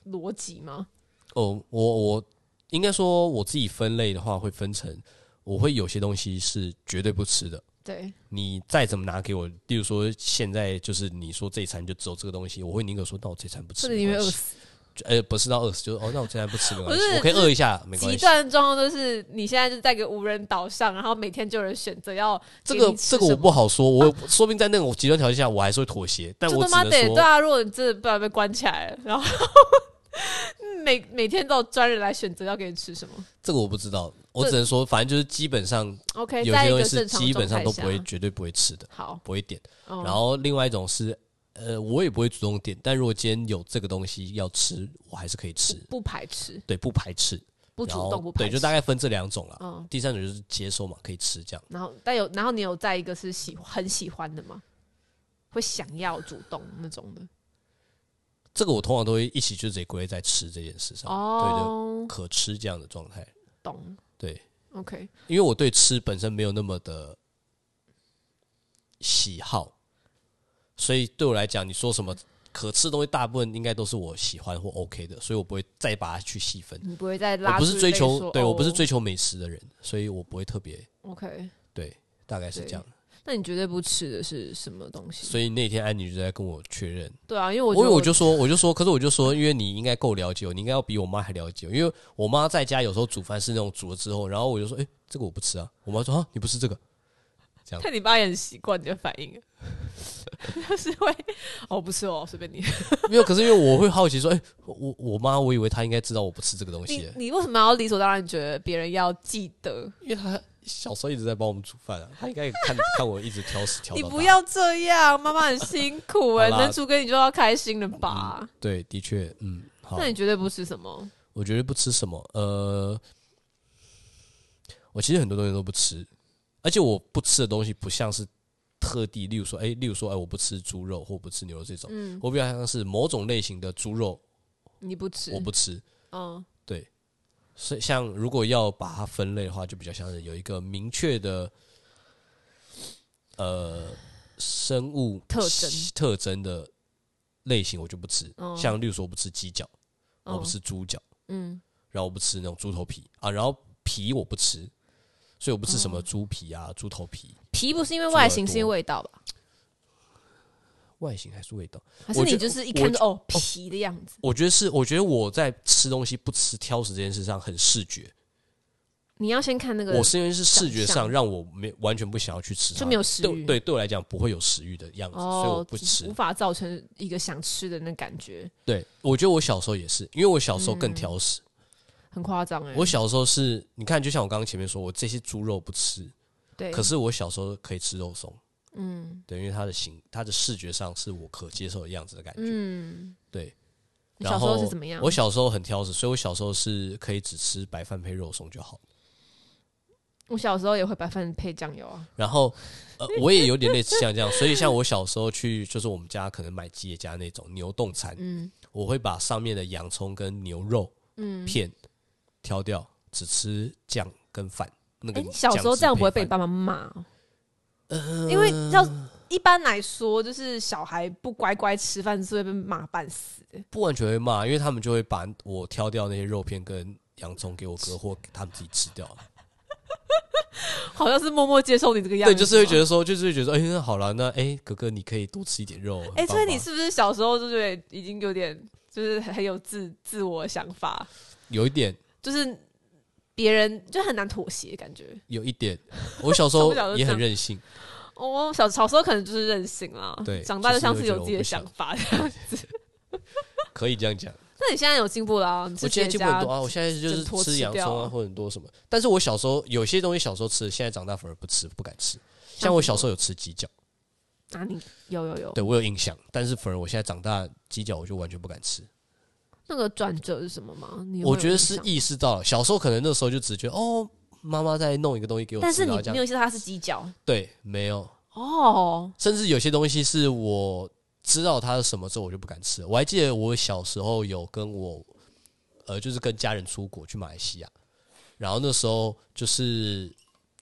B: 逻辑吗？
A: 哦，我我应该说我自己分类的话，会分成我会有些东西是绝对不吃的。
B: 对，
A: 你再怎么拿给我，例如说现在就是你说这一餐就只有这个东西，我会宁可说那我这餐不吃，
B: 这里你
A: 没
B: 会
A: 关
B: 饿
A: 系
B: 死。
A: 就呃，不是到饿死，就是哦，那我这餐不吃没关系
B: 不，是
A: 我可以饿一下，没
B: 极
A: 关系。
B: 端的状况就是你现在就在一个无人岛上，然后每天就有人选择要
A: 这
B: 给
A: 个
B: 你吃
A: 这个我
B: 什么
A: 不好说，我说不定在那种极端条件下，我还是会妥协，但
B: 就
A: 我
B: 他
A: 只
B: 妈
A: 能
B: 得对
A: 说，
B: 啊！如果你真的不然被关起来了，然后 每每天都有专人来选择要给你吃什么。
A: 这个我不知道，我
B: 这
A: 只能说，反正就是基本上
B: OK，
A: 有
B: 在
A: 些
B: 一
A: 东
B: 个
A: 西是
B: 正常
A: 基
B: 的
A: 本上都
B: 状态
A: 不会
B: 下
A: 绝对不会吃的，
B: 好，
A: 不会点。
B: 嗯、
A: 然后另外一种是，呃，我也不会主动点，但如果今天有这个东西要吃，我还是可以吃，
B: 不排斥，
A: 对，不排斥，
B: 不
A: 然
B: 主
A: 后
B: 动，不排
A: 对，
B: 斥，
A: 就大概分这两种了。
B: 嗯。
A: 第三种就是接受嘛，可以吃这样。
B: 然后，但有，然后你有在一个是喜很喜欢的吗？会想要主动那种的
A: 这个我通常都会一起就直接归类在吃这件事上，
B: 哦
A: 对，就，可吃这样的状态。
B: 懂
A: 对，
B: OK，
A: 因为我对吃本身没有那么的喜好，所以对我来讲，你说什么可吃的东西，大部分应该都是我喜欢或 OK 的，所以我不会再把它去细分。
B: 你不会再
A: 我
B: 拉
A: 不
B: 出
A: 是
B: 一
A: 追
B: 类
A: 求，
B: 说
A: 对我不是
B: 哦
A: 追求美食的人，所以我不会特别
B: OK，
A: 对，大概是这样。
B: 那你绝对不吃的是什么东西？
A: 所以那天安妮就在跟我确认，
B: 对啊，因为我
A: 我
B: 觉得
A: 我就说我就说，可是我就说，因为你应该够了解我，你应该要比我妈还了解我，因为我妈在家有时候煮饭是那种煮了之后，然后我就说，哎、这个我不吃啊，我妈说啊，你不吃这个，
B: 看你爸也很习惯你的反应， 就是会哦不吃哦，随便你。
A: 没有，可是因为我会好奇说，哎、我我妈，我以为她应该知道我不吃这个东西
B: 你
A: 耶，
B: 你为什么要理所当然觉得别人要记得？
A: 因为她小时候一直在帮我们煮饭啊，她应该也看看我一直挑食挑到
B: 你
A: 大
B: 不要这样，妈妈很辛苦哎、
A: 好啦
B: 能煮给你就要开心了吧？
A: 对，的确，嗯，好
B: 那，你绝对不吃什么？
A: 我觉得不吃什么，呃，我其实很多东西都不吃，而且我不吃的东西不像是特地，例如说，哎、例如说，哎、我不吃猪肉或不吃牛肉这种，
B: 嗯，
A: 我比较像是某种类型的猪肉
B: 你不吃，
A: 我不吃，
B: 嗯，
A: 对，所以像如果要把它分类的话，就比较像是有一个明确的呃生物
B: 特征
A: 特征的类型，我就不吃。
B: 哦
A: 像例如说，我不吃鸡脚，我
B: 嗯
A: 不吃猪脚，
B: 嗯，
A: 然后我不吃那种猪头皮啊，然后皮我不吃，所以我不吃什
B: 哦
A: 么猪皮啊、猪头皮，
B: 皮不是因为
A: 猪
B: 外
A: 耳
B: 形，是
A: 朵
B: 因为味道吧？
A: 外形还是味道。
B: 还是
A: 我
B: 你
A: 觉
B: 就是一
A: 我
B: 看就哦皮的样子？
A: 我觉得是，我觉得我在吃东西不吃挑食这件事上很视觉，
B: 你要先看那个
A: 我，是因为是视觉
B: 长
A: 上
B: 相
A: 让我没完全不想要去吃它，
B: 就没有食
A: 对
B: 欲
A: 对，对我来讲不会有食欲的样子，所以我
B: 哦，
A: 不吃
B: 无。法造成一个想吃的那感觉，
A: 对，我觉得我小时候也是，因为我小时候
B: 嗯
A: 更挑食。
B: 很夸张哎。
A: 我小时候是，你看，就像我刚刚前面说，我这些猪肉不吃，
B: 对，
A: 可是我小时候可以吃肉松，
B: 嗯
A: 对，因为它的形，它的视觉上是我可接受的样子的感觉。
B: 嗯。
A: 对，
B: 你
A: 然
B: 小时候
A: 后
B: 是怎么样？
A: 我小时候很挑食，所以我小时候是可以只吃白饭配肉松就好。
B: 我小时候也会白饭配酱油啊，
A: 然后，呃，我也有点类似像这样，所以像我小时候去，就是我们家可能买吉野家那种牛冻餐，
B: 嗯
A: 我会把上面的洋葱跟牛肉
B: 嗯。
A: 片挑掉，只吃酱跟饭。那
B: 哎、
A: 个
B: 你小时候这样不会被你爸妈骂哦、
A: 呃
B: 因为要一般来说，就是小孩不乖乖吃饭是会被骂半死的。
A: 不完全会骂，因为他们就会把我挑掉那些肉片跟洋葱给我哥或他们自己吃掉。
B: 好像是默默接受 你这个样子
A: 对，
B: 哦吗。
A: 就是会觉得说，就是会觉得说，哎、那好了，那哎、哥哥你可以多吃一点肉。
B: 哎、
A: 很棒
B: 所以你
A: 吧
B: 是不是小时候就是也已经有点，就是很有自自我的想法，
A: 有一点，
B: 就是别人就很难妥协，感觉
A: 有一点，我小时
B: 从
A: 候
B: 小就
A: 也
B: 这
A: 很
B: 样
A: 任性，
B: 哦，小小时候可能就是任性啦，
A: 对
B: 长大就像是有自己
A: 就是会觉得
B: 的想
A: 我
B: 法。
A: 可以这 样讲。
B: 那你现在有进步啦、啊？你
A: 我
B: 是
A: 现在进步很多啊，我现在就
B: 整
A: 是
B: 坨
A: 吃
B: 吃
A: 洋
B: 掉
A: 葱啊，
B: 啊
A: 或者很多什么。但是我小时候有些东西小时候吃，现在长大反而不吃，不敢吃。像我小时候有吃鸡脚，
B: 嗯候啊，你有有有
A: 对我有印象，但是反而我现在长大鸡脚我就完全不敢吃。
B: 那个转折是什么吗？你有没有
A: 我觉得是
B: 印象
A: 意识到了，小时候可能那时候就只觉得哦，妈妈在弄一个东西给我吃，
B: 但是
A: 然
B: 你
A: 后这样
B: 没有意识到它是鸡脚
A: 对，没有，
B: 哦，
A: 甚至有些东西是我知道它是什么之后我就不敢吃了。我还记得我小时候有跟我呃，就是跟家人出国去马来西亚，然后那时候就是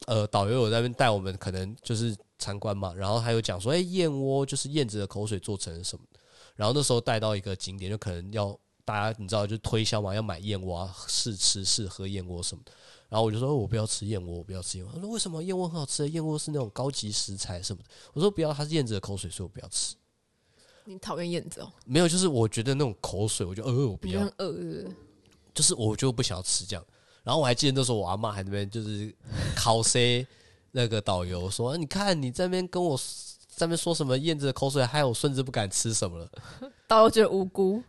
A: 呃，导游有在那边带我们，可能就是参观嘛，然后还有讲说，哎、燕窝就是燕子的口水做成什么，然后那时候带到一个景点，就可能要大家你知道就推销嘛，要买燕窝、啊、试吃试喝燕窝什么的。然后我就说，哦我不要吃燕窝，我不要吃燕窝。他说为什么燕窝很好吃？燕窝是那种高级食材什么的。我说不要，它是燕子的口水，所以我不要吃。
B: 你讨厌燕子哦，
A: 没有，就是我觉得那种口水，我就呃，我不
B: 你觉
A: 要
B: 得很，恶是不是
A: 就是我就不想要吃这样。然后我还记得那时候我阿妈还在那边就是考 C 那个导游说，啊你看你在那边跟我在那边说什么燕子的口水，害我孙子不敢吃什么了。
B: 导游觉得无辜，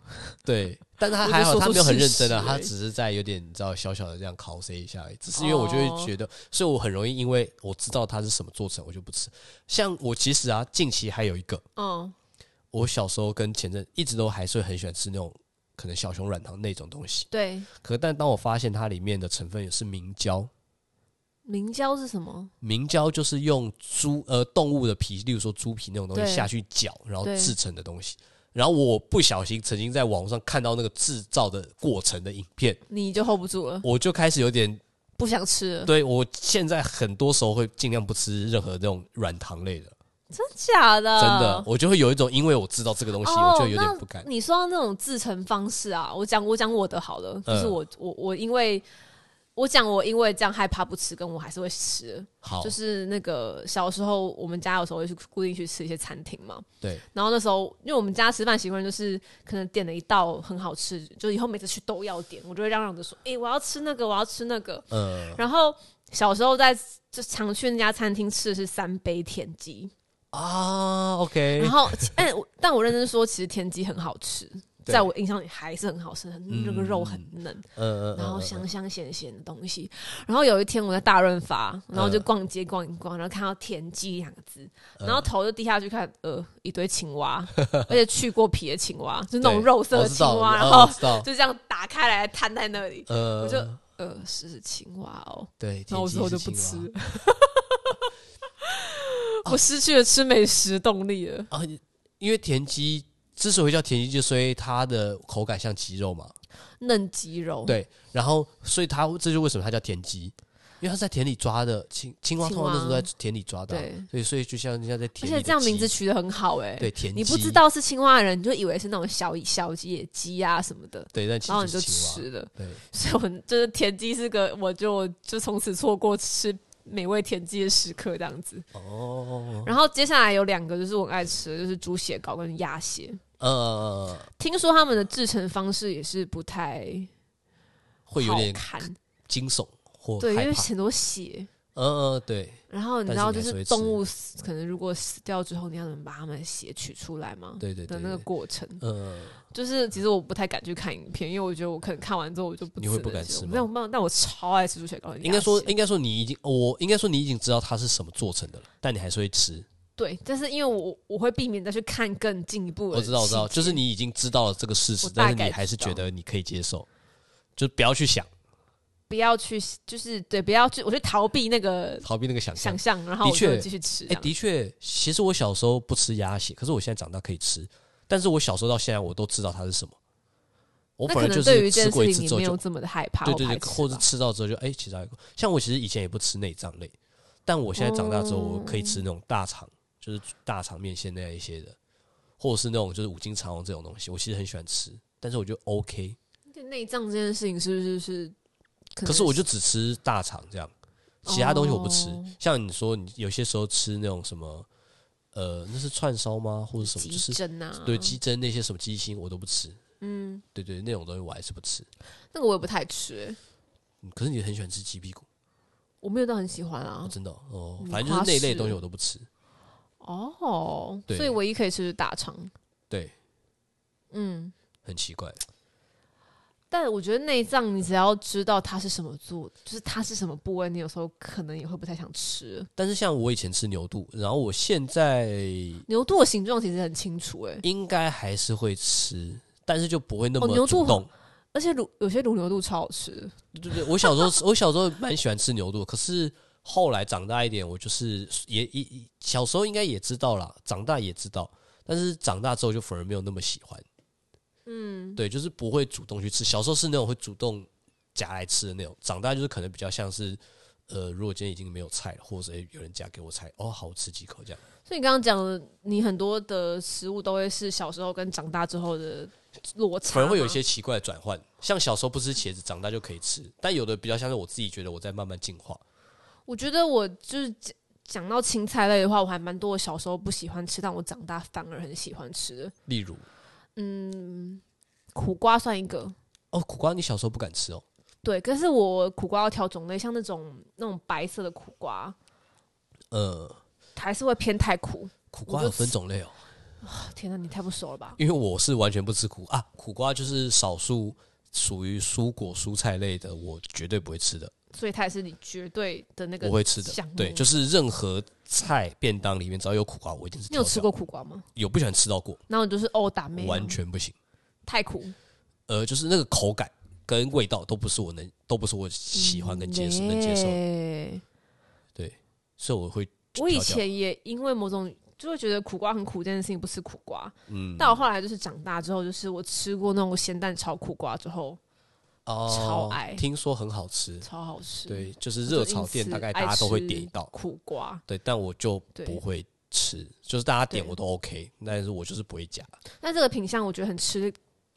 A: 对，但是他
B: 我就
A: 还好，
B: 说
A: 他
B: 出
A: 没有很
B: 事
A: 认真啊，
B: 实
A: 他
B: 而已
A: 只是在有点你知道小小的这样 cos 一下而已。只是因为我就会觉得，所以我很容易因为我知道它是什么做成，我就不吃。像我其实啊，近期还有一个，
B: 嗯，
A: 我小时候跟前阵一直都还是会很喜欢吃那种可能小熊软糖那种东西。
B: 对，
A: 可但当我发现它里面的成分也是明胶，
B: 明胶是什么？
A: 明胶就是用猪呃动物的皮，例如说猪皮那种东西
B: 对
A: 下去搅，然后
B: 对
A: 制成的东西。然后我不小心曾经在网上看到那个制造的过程的影片。
B: 你就 hold 不住了，
A: 我就开始有点
B: 不想吃了，
A: 对我现在很多时候会尽量不吃任何那种软糖类的，
B: 真假的？
A: 真的，我就会有一种因为我知道这个东西，
B: 呃哦
A: 我就有点不敢
B: 那。你说到那种制成方式啊，我讲我讲我的好了，就是
A: 嗯
B: 我我我因为我讲我因为这样害怕不吃，跟我还是会吃。
A: 好，
B: 就是那个小时候我们家有时候会去固定去吃一些餐厅嘛，
A: 对，
B: 然后那时候因为我们家吃饭习惯就是可能点了一道很好吃，就以后每次去都要点，我就会嚷嚷着说，诶、我要吃那个，我要吃那个。
A: 嗯
B: 然后小时候在就常去那家餐厅吃的是三杯田鸡，
A: 啊，OK，
B: 然后，哎、我但我认真说，其实田鸡很好吃，
A: 对
B: 在我印象里还是很好吃，很
A: 嗯
B: 那个肉很嫩，
A: 嗯嗯
B: 然后
A: 嗯，
B: 香香咸咸的东西。然后有一天我在大润发，然后就
A: 嗯
B: 逛街逛一逛，然后看到田鸡两个字，然后头就低下去看，呃，一堆青蛙，而且去过皮的青蛙，就是那种
A: 对
B: 肉色
A: 我
B: 的
A: 知
B: 青
A: 道
B: 蛙，
A: 嗯
B: 然
A: 我
B: 后
A: 知道，
B: 就这样打开来摊在那里，
A: 呃，
B: 我就呃是青蛙哦，
A: 对，
B: 然后我
A: 田
B: 之
A: 鸡
B: 后就是不吃
A: 青蛙。
B: 我失去了吃美食动力了。
A: 啊，因为田鸡之所以叫田鸡，就是因为它的口感像鸡肉嘛，
B: 嫩鸡肉，
A: 对，然后所以它这就为什么它叫田鸡，因为它是在田里抓的青青蛙，
B: 青
A: 通常都是
B: 蛙
A: 在田里抓的啊，
B: 对
A: 所以所以就像人家在
B: 而
A: 田里的鸡，
B: 且这样名字取得很好哎、
A: 对田鸡，
B: 你不知道是青蛙的人，你就以为是那种小小野鸡啊什么的，
A: 对，但其
B: 然后
A: 实
B: 你就是
A: 青蛙，
B: 吃了。
A: 对，
B: 所以我就是田鸡是个，我就就从此错过吃美味田鸡的时刻这样子。
A: 哦，
B: 然后接下来有两个就是我很爱吃的，就是猪血糕跟鸭血。
A: 呃，
B: 听说他们的制成方式也是不太
A: 会有
B: 好
A: 点
B: 看，
A: 惊悚或
B: 对，因
A: 害
B: 为
A: 怕，
B: 很多血。
A: 呃，对，
B: 然后你知道，
A: 但是
B: 就
A: 你还是会
B: 是
A: 吃
B: 动物死可能如果死掉之后，你要怎么把它们的血取出来吗？
A: 对对
B: 的
A: 对，
B: 那个
A: 对
B: 过程。
A: 呃，
B: 就是其实我不太敢去看影片，因为我觉得我可能看完之后我就不
A: 你会
B: 吃
A: 不
B: 那
A: 敢
B: 些
A: 吃吗
B: 没有没有，但我超爱吃猪血糕跟鸭血。啊
A: 应该说，应该说你已经，我应该说你已经知道它是什么做成的了，但你还是会吃。
B: 对，但是因为我我会避免再去看更进一步的。
A: 我知道，我知道，就是。你已经知道了这个事实
B: 我，大
A: 但是
B: 概
A: 你还是
B: 知道
A: 觉得你可以接受，就不要去想
B: 不要去，就是对，不要去，我去逃避那个
A: 逃避那个想象
B: 想。象，然后
A: 的
B: 我就
A: 确
B: 继续吃。
A: 哎、的确，其实我小时候不吃鸭血，可是我现在长大可以吃。但是我小时候到现在，我都知道它是什么。我
B: 我
A: 本来就
B: 对于
A: 是
B: 一件
A: 吃过
B: 事
A: 一
B: 情
A: 次
B: 你
A: 之后
B: 没
A: 就
B: 有这么的害怕，
A: 对对对
B: 排，斥
A: 或者
B: 吧
A: 吃到之后就哎、其实还有个像我其实以前也不吃内脏类，但我现在长大之后，我可以吃那种大肠，就是大肠面线那样一些的，或者是那种就是五斤肠旺这种东西，我其实很喜欢吃，但是我就 OK，
B: 对内脏这件事情是不是是？可
A: 可是我就只吃大肠这样，其他东西我不吃。
B: 哦
A: 像你说，你有些时候吃那种什么，呃，那是串烧吗？或者什么？就
B: 急
A: 是
B: 诊啊，
A: 对鸡胗那些什么鸡心我都不吃，
B: 嗯，
A: 对对，那种东西我还是不吃。
B: 那个我也不太吃、欸
A: 嗯可是你很喜欢吃鸡屁股，
B: 我没有到很喜欢啊
A: 我。真的哦，
B: 嗯
A: 反正就是那一类
B: 花式
A: 东西我都不吃。
B: 哦，
A: 对
B: 所以唯一可以吃就是大肠。
A: 对，
B: 嗯，
A: 很奇怪。
B: 但我觉得内脏你只要知道它是什么做，就是它是什么部位，你有时候可能也会不太想吃。
A: 但是像我以前吃牛肚，然后我现在
B: 牛肚的形状其实很清楚、欸，
A: 应该还是会吃，但是就不会那
B: 哦
A: 么
B: 牛肚
A: 主动。
B: 而且卤有些卤牛肚超好吃。
A: 对对，我小时候我小时候蛮喜欢吃牛肚，可是后来长大一点，我就是也也也小时候应该也知道啦，长大也知道，但是长大之后就反而没有那么喜欢。
B: 嗯，
A: 对，就是不会主动去吃。小时候是那种会主动夹来吃的那种，长大就是可能比较像是，呃，如果今天已经没有菜了，或者诶有人夹给我菜，哦，好，我吃几口这样。
B: 所以你刚刚讲的，你很多的食物都会是小时候跟长大之后的落差，
A: 反而会有一些奇怪的转换，像小时候不吃茄子，长大就可以吃，但有的比较像是我自己觉得我在慢慢进化。
B: 我觉得我就是讲讲到青菜类的话，我还蛮多我小时候不喜欢吃，但我长大反而很喜欢吃的。
A: 例如，
B: 嗯，苦瓜算一个，
A: 哦，苦瓜你小时候不敢吃哦，
B: 对，可是我苦瓜要挑种类，像那种那种白色的苦瓜，
A: 呃，
B: 还是会偏太苦。
A: 苦瓜
B: 我就
A: 有分种类哦，
B: 天哪，你太不熟了吧？
A: 因为我是完全不吃苦啊，苦瓜就是少数属于蔬果蔬菜类的，我绝对不会吃的。
B: 所以它也是你绝对的那个
A: 我会吃的
B: 项目。
A: 对，就是任何菜便当里面只要有苦瓜，我一定是
B: 你有
A: 挑
B: 吃
A: 掉
B: 过？苦瓜吗？
A: 有不喜欢吃到过，
B: 然后你就是哦打妹啊，
A: 完全不行。
B: 太苦，
A: 呃，就是那个口感跟味道都不是我能，都不是我喜欢跟接受、能接受的，
B: 耶
A: 所以我会
B: 我以
A: 挑掉
B: 前也因为某种就会觉得苦瓜很苦这件事情不吃苦瓜，
A: 嗯
B: 但我后来就是长大之后，就是我吃过那种咸蛋炒苦瓜之后，
A: 哦
B: 超爱
A: 听说很好吃，
B: 超好吃。
A: 对，就是热炒店大概大家都会点一道，
B: 苦瓜，
A: 对，但我就
B: 对
A: 不会吃，就是大家点
B: 对
A: 我都 OK，但是我就是不会夹
B: 但这个品相我觉得很吃，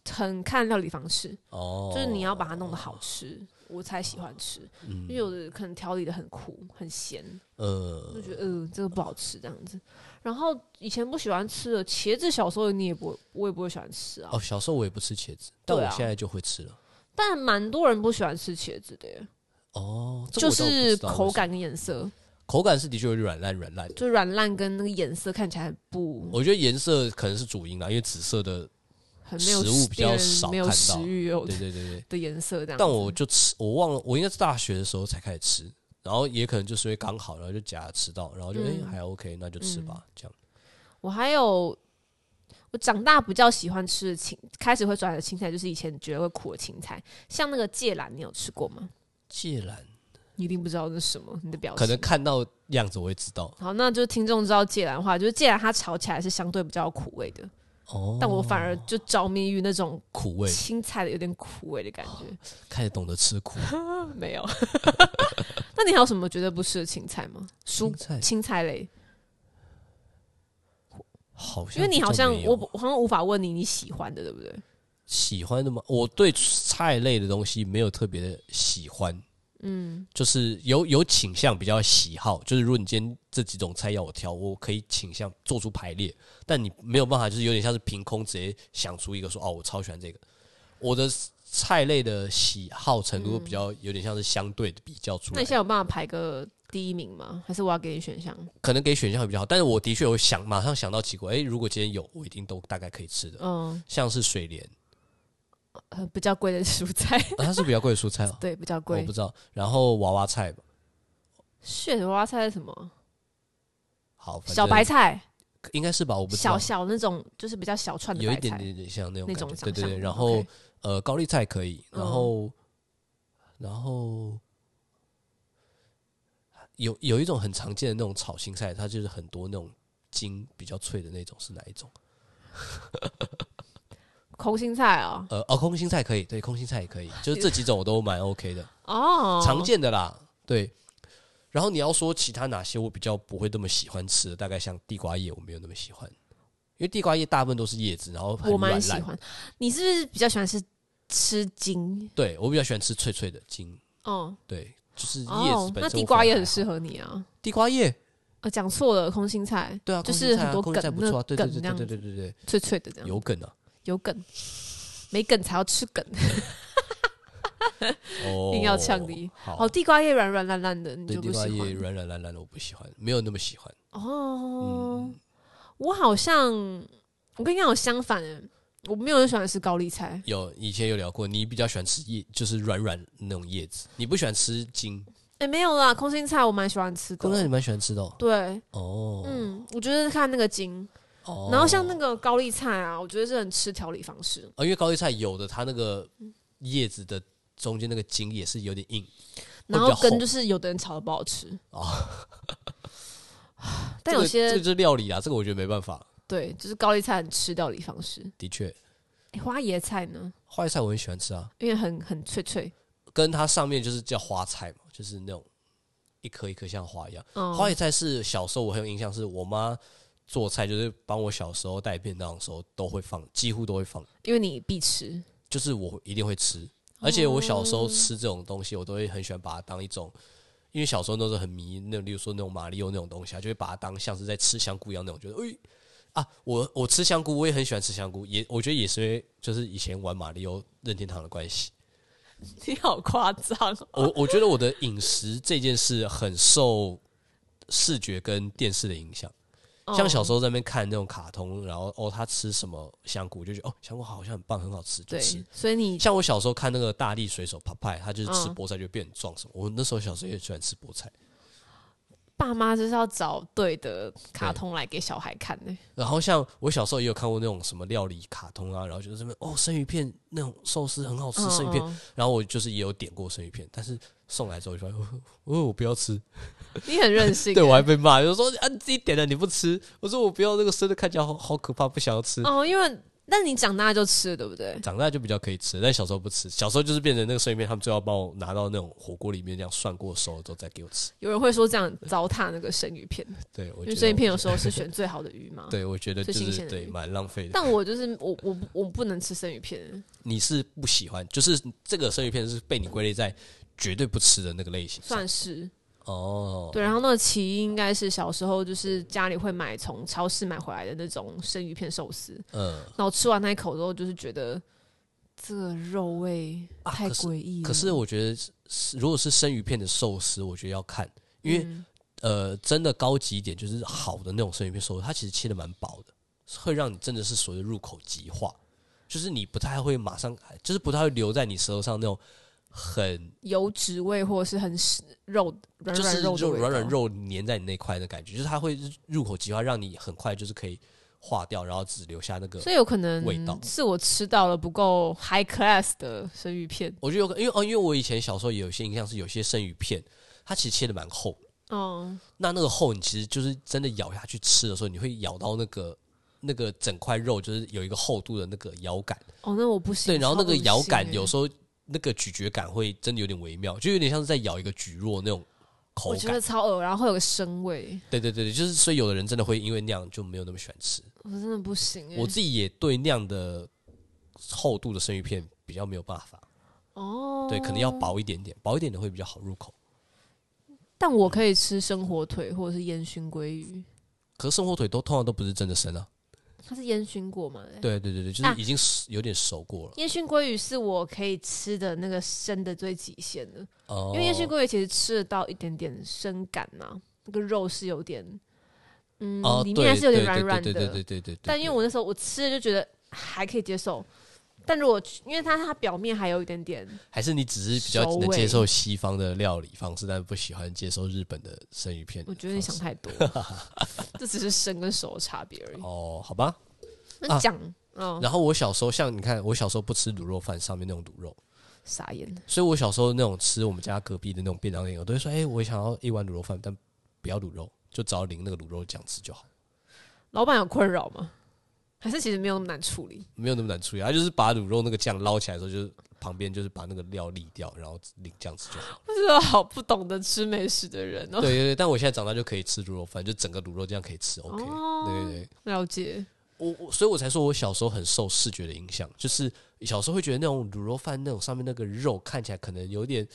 B: 很看料理方式，
A: 哦，
B: 就是你要把它弄得好吃。我才喜欢吃，
A: 嗯
B: 因为有的可能调理的很苦很咸，
A: 呃
B: 就觉得嗯、呃、这个不好吃这样子。然后以前不喜欢吃的茄子，小时候你也不会，我也不会喜欢吃啊。
A: 哦，小时候我也不吃茄子，但
B: 对
A: 我
B: 啊
A: 现在就会吃了。
B: 但蛮多人不喜欢吃茄子的耶，
A: 哦，这
B: 就
A: 我倒不
B: 是
A: 知道为
B: 口
A: 什么
B: 感跟颜色，
A: 口感是的确有点软烂软烂的。
B: 就软烂跟那个颜色看起来不
A: 我觉得颜色可能是主因啦，因为紫色的，
B: 很没有
A: 食物比较少
B: 没有
A: 看到
B: 食欲有
A: 对对对对。
B: 的颜色这样子。
A: 但我就吃，我忘了，我应该是大学的时候才开始吃，然后也可能就是因为刚好，然后就夹着吃到，然后就哎、
B: 嗯
A: 诶还 OK，那就吃吧，这样。
B: 我还有我长大比较喜欢吃的青，开始会转的青菜就是以前觉得会苦的青菜，像那个芥蓝，你有吃过吗？
A: 芥蓝
B: 你一定不知道那是什么，你的表情
A: 可能。看到样子我会知道
B: 好，那就是听众知道芥蓝的话，就是芥蓝它炒起来是相对比较有苦味的，
A: 哦，
B: 但我反而就着迷于那种
A: 苦味
B: 青菜的有点苦味的感觉。
A: 开始懂得吃 苦，
B: 没有。 那你还有什么觉得不吃的青菜吗？蔬
A: 青菜
B: 青菜类，
A: 好像
B: 因为你好像
A: 比较没有
B: 我不我好像无法问你你喜欢的，对不对？
A: 喜欢的吗？我对菜类的东西没有特别的喜欢，嗯，就是有有倾向比较喜好，就是如果你今天这几种菜要我挑，我可以倾向做出排列，但你没有办法，就是有点像是凭空直接想出一个说哦，我超喜欢这个。我的菜类的喜好程度比较有点像是相对的比较出
B: 嗯那
A: 来
B: 你现，在有办法排个第一名吗？还是我要给你选项？
A: 可能给选项会比较好，但是我的确有想马上想到几个，诶，如果今天有，我一定都大概可以吃的，
B: 嗯，
A: 像是水莲，
B: 呃，比较贵的蔬菜，。
A: 啊、它是比较贵的蔬菜哦
B: 对，比较
A: 我
B: 贵
A: 不。知道，然后娃娃菜吧，
B: 雪娃娃菜是什么？
A: 好，反正
B: 小白菜，
A: 应该是吧，我不知
B: 小
A: 道，
B: 小那种，就是比较小串的
A: 有
B: 白
A: 一
B: 菜，
A: 点点点像那种
B: 那
A: 感
B: 种
A: 觉，
B: 长
A: 对对对。
B: 相
A: 然后
B: OK
A: 呃，高丽菜可以，然
B: 嗯
A: 后然后有有一种很常见的那种炒青菜，它就是很多那种筋比较脆的那种，是哪一种？
B: 空心菜啊、
A: 呃，哦，空心菜可以，对，空心菜也可以，就是这几种我都蛮 OK 的，
B: 哦，
A: 常见的啦，对。然后你要说其他哪些我比较不会那么喜欢吃的，大概像地瓜叶，我没有那么喜欢，因为地瓜叶大部分都是叶子，然后很
B: 我
A: 软
B: 蛮喜
A: 烂，
B: 欢。你是不是比较喜欢吃吃茎？
A: 对我比较喜欢吃脆脆的筋，
B: 哦
A: 对，就是叶
B: 哦
A: 子本身我，反而还好。
B: 那地瓜也很适合你啊。
A: 地瓜叶，
B: 呃，讲错了，空心菜，
A: 对啊，
B: 就
A: 空
B: 是
A: 心菜
B: 很
A: 啊
B: 多
A: 空
B: 梗，
A: 心菜不错啊，对
B: 那
A: 对
B: 梗
A: 对
B: 这
A: 对
B: 样
A: 对
B: 子
A: 对对对，
B: 脆脆的这样，
A: 有梗啊，
B: 有梗，没梗才要吃梗。
A: 哦，
B: 硬要呛你
A: 好
B: 哦，，地瓜叶软软烂烂的，你
A: 对
B: 就
A: 地
B: 不喜
A: 瓜叶
B: 欢
A: 软软烂烂的，我不喜欢，没有那么喜欢，
B: 哦。我好像我跟你讲，我相反欸，我没有很喜欢吃高丽菜，
A: 有以前有聊过，你比较喜欢吃叶，就是软软那种叶子，你不喜欢吃茎。
B: 哎、没有啦，空心菜我蛮喜欢吃
A: 刚才你
B: 的。
A: 蛮喜欢吃的哦。
B: 对，
A: 哦
B: 嗯，我觉得是看那个筋，
A: 哦
B: 然后像那个高丽菜啊，我觉得是很吃调理方式。
A: 哦，因为高丽菜有的它那个叶子的中间那个茎也是有点硬，
B: 然
A: 会
B: 后
A: 比较
B: 根
A: 厚
B: 就是有的人炒的不好吃
A: 哦 这
B: 但有
A: 个
B: 些、
A: 这个就是料理啊，这个我觉得没办法，
B: 对，就是高丽菜很吃料理方式。
A: 的确，
B: 诶花椰菜呢，
A: 花椰菜我很喜欢吃啊，
B: 因为很很脆脆，
A: 跟它上面就是叫花菜嘛，就是那种一颗一颗像花一样。
B: 嗯，
A: 花椰菜是小时候我很有印象，是我妈做菜，就是帮我小时候带便当的时候都会放，几乎都会放，
B: 因为你 必吃，
A: 就是我一定会吃。而且我小时
B: 哦
A: 候吃这种东西，我都会很喜欢把它当一种，因为小时候那时候很迷那，例如说那种马里奥那种东西啊，就会把它当像是在吃香菇一样那种，觉得哎、啊，我我吃香菇，我也很喜欢吃香菇，也我觉得也是因为就是以前玩马里奥任天堂的关系。
B: 你好夸张哦！
A: 我我觉得我的饮食这件事很受视觉跟电视的影响。
B: 哦
A: 像小时候在那边看那种卡通，然后哦，他吃什么香菇，就觉得哦，香菇好像很棒，很好吃，就
B: 对
A: 吃。，
B: 所以你
A: 像我小时候看那个大力水手 p 派，他就是吃
B: 嗯
A: 菠菜就变壮什么。我那时候小时候也喜欢吃菠菜，
B: 爸妈就是要找对的卡通来给小孩看呢、
A: 然后像我小时候也有看过那种什么料理卡通啊，然后就是什么哦，生鱼片那种寿司很好吃，生鱼片。
B: 嗯
A: 然后我就是也有点过生鱼片，但是送来之后就发现哦，哦我不要吃，
B: 嗯你很任性、
A: 对我还被骂，就说啊你自己点的你不吃，我说我不要那个生的，看起来好好可怕，不想要吃。
B: 哦，因为那你长大就吃了，对不对？
A: 长大就比较可以吃，但小时候不吃。小时候就是变成那个生鱼片，他们最后帮我拿到那种火锅里面这样涮过熟了之后再给我吃。
B: 有人会说这样糟蹋那个生鱼片，
A: 对，我
B: 因
A: 觉
B: 为
A: 得
B: 生鱼片有时候是选最好的鱼嘛。
A: 我，。对我觉得就
B: 最新
A: 是
B: 鲜的
A: 对
B: 鱼
A: 蛮浪费的。
B: 但我就是我我不我不能吃生鱼片，
A: 你是不喜欢，就是这个生鱼片是被你归类在绝对不吃的那个类型上。
B: 算是
A: 哦，
B: 对。然后那个起因应该是小时候就是家里会买从超市买回来的那种生鱼片寿司，
A: 嗯，
B: 然后吃完那一口之后就是觉得这个肉味
A: 啊
B: 太
A: 可是
B: 诡异了、
A: 可是我觉得是是如果是生鱼片的寿司，我觉得要看，因为、
B: 嗯
A: 呃，真的高级一点就是好的那种生鱼片寿司，它其实切的蛮薄的，会让你真的是所谓的入口即化，就是你不太会马上，就是不太会留在你舌头上那种很
B: 油脂味或者是很湿肉软
A: 就
B: 软
A: 是
B: 肉的
A: 肉
B: 味
A: 软软
B: 道，
A: 肉粘在你那块的感觉，就是它会入口即化，让你很快就是可以化掉，然后只留下那个
B: 所。以有可能
A: 味道
B: 是我吃到了不够 high class 的生鱼片。
A: 我觉得有可，因为哦，因为我以前小时候也有些印象是有些生鱼片，它其实切的蛮厚的
B: 嗯，
A: 那那个厚，你其实就是真的咬下去吃的时候，你会咬到那个那个整块肉，就是有一个厚度的那个咬感。
B: 哦，那我不行。欸
A: 对，然后那个咬感有
B: 时
A: 时候那个咀嚼感会真的有点微妙，就有点像是在咬一个蒟蒻那种口
B: 候我觉
A: 感
B: 得。超恶，然后会有个生味，
A: 对对对对，就是所以有的人真的会因为那样就没有那么喜欢吃。
B: 我真的不行、欸。
A: 我自己也对那样的厚度的生鱼片比较没有办法，
B: 哦，
A: 对，可能要。薄一点点，薄一点的会比较好入口。
B: 但我可以吃生火腿或者是烟熏鲑鱼，
A: 可是生火腿都通常都不是真的生啊，
B: 它是烟熏过嘛？对。
A: 对对对对，就
B: 啊
A: 是已经熟有点熟过了。
B: 烟熏鲑鱼是我可以吃的那个生的最极限的，
A: 哦，
B: 因为烟熏鲑鱼其实吃得到一点点生感嘛，那个肉是有点，嗯，
A: 哦，
B: 里
A: 对
B: 面还是有点
A: 对
B: 软软
A: 对对对
B: 的
A: 对。对对对。
B: 但因为我那时候我吃了就觉得还可以接受，但如果因为它它表面还有一点点，
A: 还是你只是比较
B: 熟
A: 能
B: 味
A: 接受西方的料理方式，但不喜欢接受日本的生鱼片的
B: 我
A: 方式。
B: 觉得你想太 多了，这只是生跟熟的差别而已。
A: 哦，好吧。
B: 那讲哦，
A: 然后我小时候像你看，我小时候不吃卤肉饭上面那种卤肉，
B: 傻眼，
A: 所以我小时候那种吃我们家隔壁的那种便当店，我都会说，哎、我想要一碗卤肉饭，但不要卤肉，就只要淋那个卤肉酱吃就好，
B: 老板有困扰吗？还是其实没有那么难处理？
A: 没有那么难处啊理。他就是把卤肉那个酱捞起来的时候，就是旁边就是把那个料沥掉，然后淋酱吃就好。
B: 我真的好不懂得吃美食的人哦
A: 对。对对，但我现在长大就可以吃卤肉饭，就整个卤肉酱可以吃，OK、
B: 哦
A: 对对对。
B: 了解，
A: 我我所以我才说我小时候很受视觉的影响，就是小时候会觉得那种卤肉饭那种上面那个肉看起来可能有点，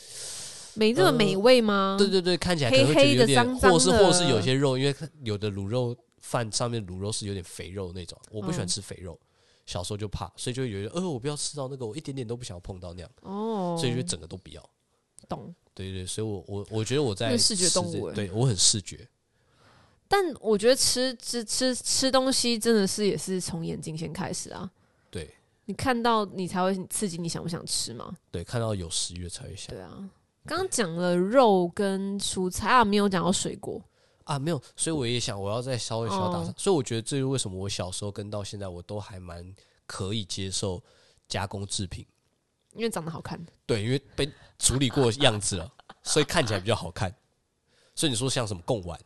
B: 没这么美味吗？
A: 呃对对对，看起来可能会觉得
B: 黑黑的
A: 有点，
B: 脏脏的
A: 或是或是有些肉，因为有的卤肉饭上面卤肉是有点肥肉那种，我不喜欢
B: 嗯
A: 吃肥肉，小时候就怕，所以就会觉得，呃，我不要吃到那个，我一点点都不想要碰到那样，
B: 哦，
A: 所以就整个都不要。
B: 懂。
A: 对对对，所以我我我觉得我在
B: 那是视觉
A: 吃
B: 动
A: 这
B: 物欸
A: 对我很视觉，
B: 但我觉得吃吃吃吃东西真的是也是从眼睛先开始啊，
A: 对
B: 你看到你才会刺激你想不想吃嘛。
A: 对，看到有食欲才会想
B: 对啊，刚刚讲了肉跟蔬菜啊，没有讲到水果。
A: 啊，没有，所以我也想我要再稍微小打
B: 哦
A: 上，所以我觉得这是为什么我小时候跟到现在我都还蛮可以接受加工制品，
B: 因为长得好看，
A: 对，因为被处理过的样子了，所以看起来比较好看。所以你说像什么贡丸，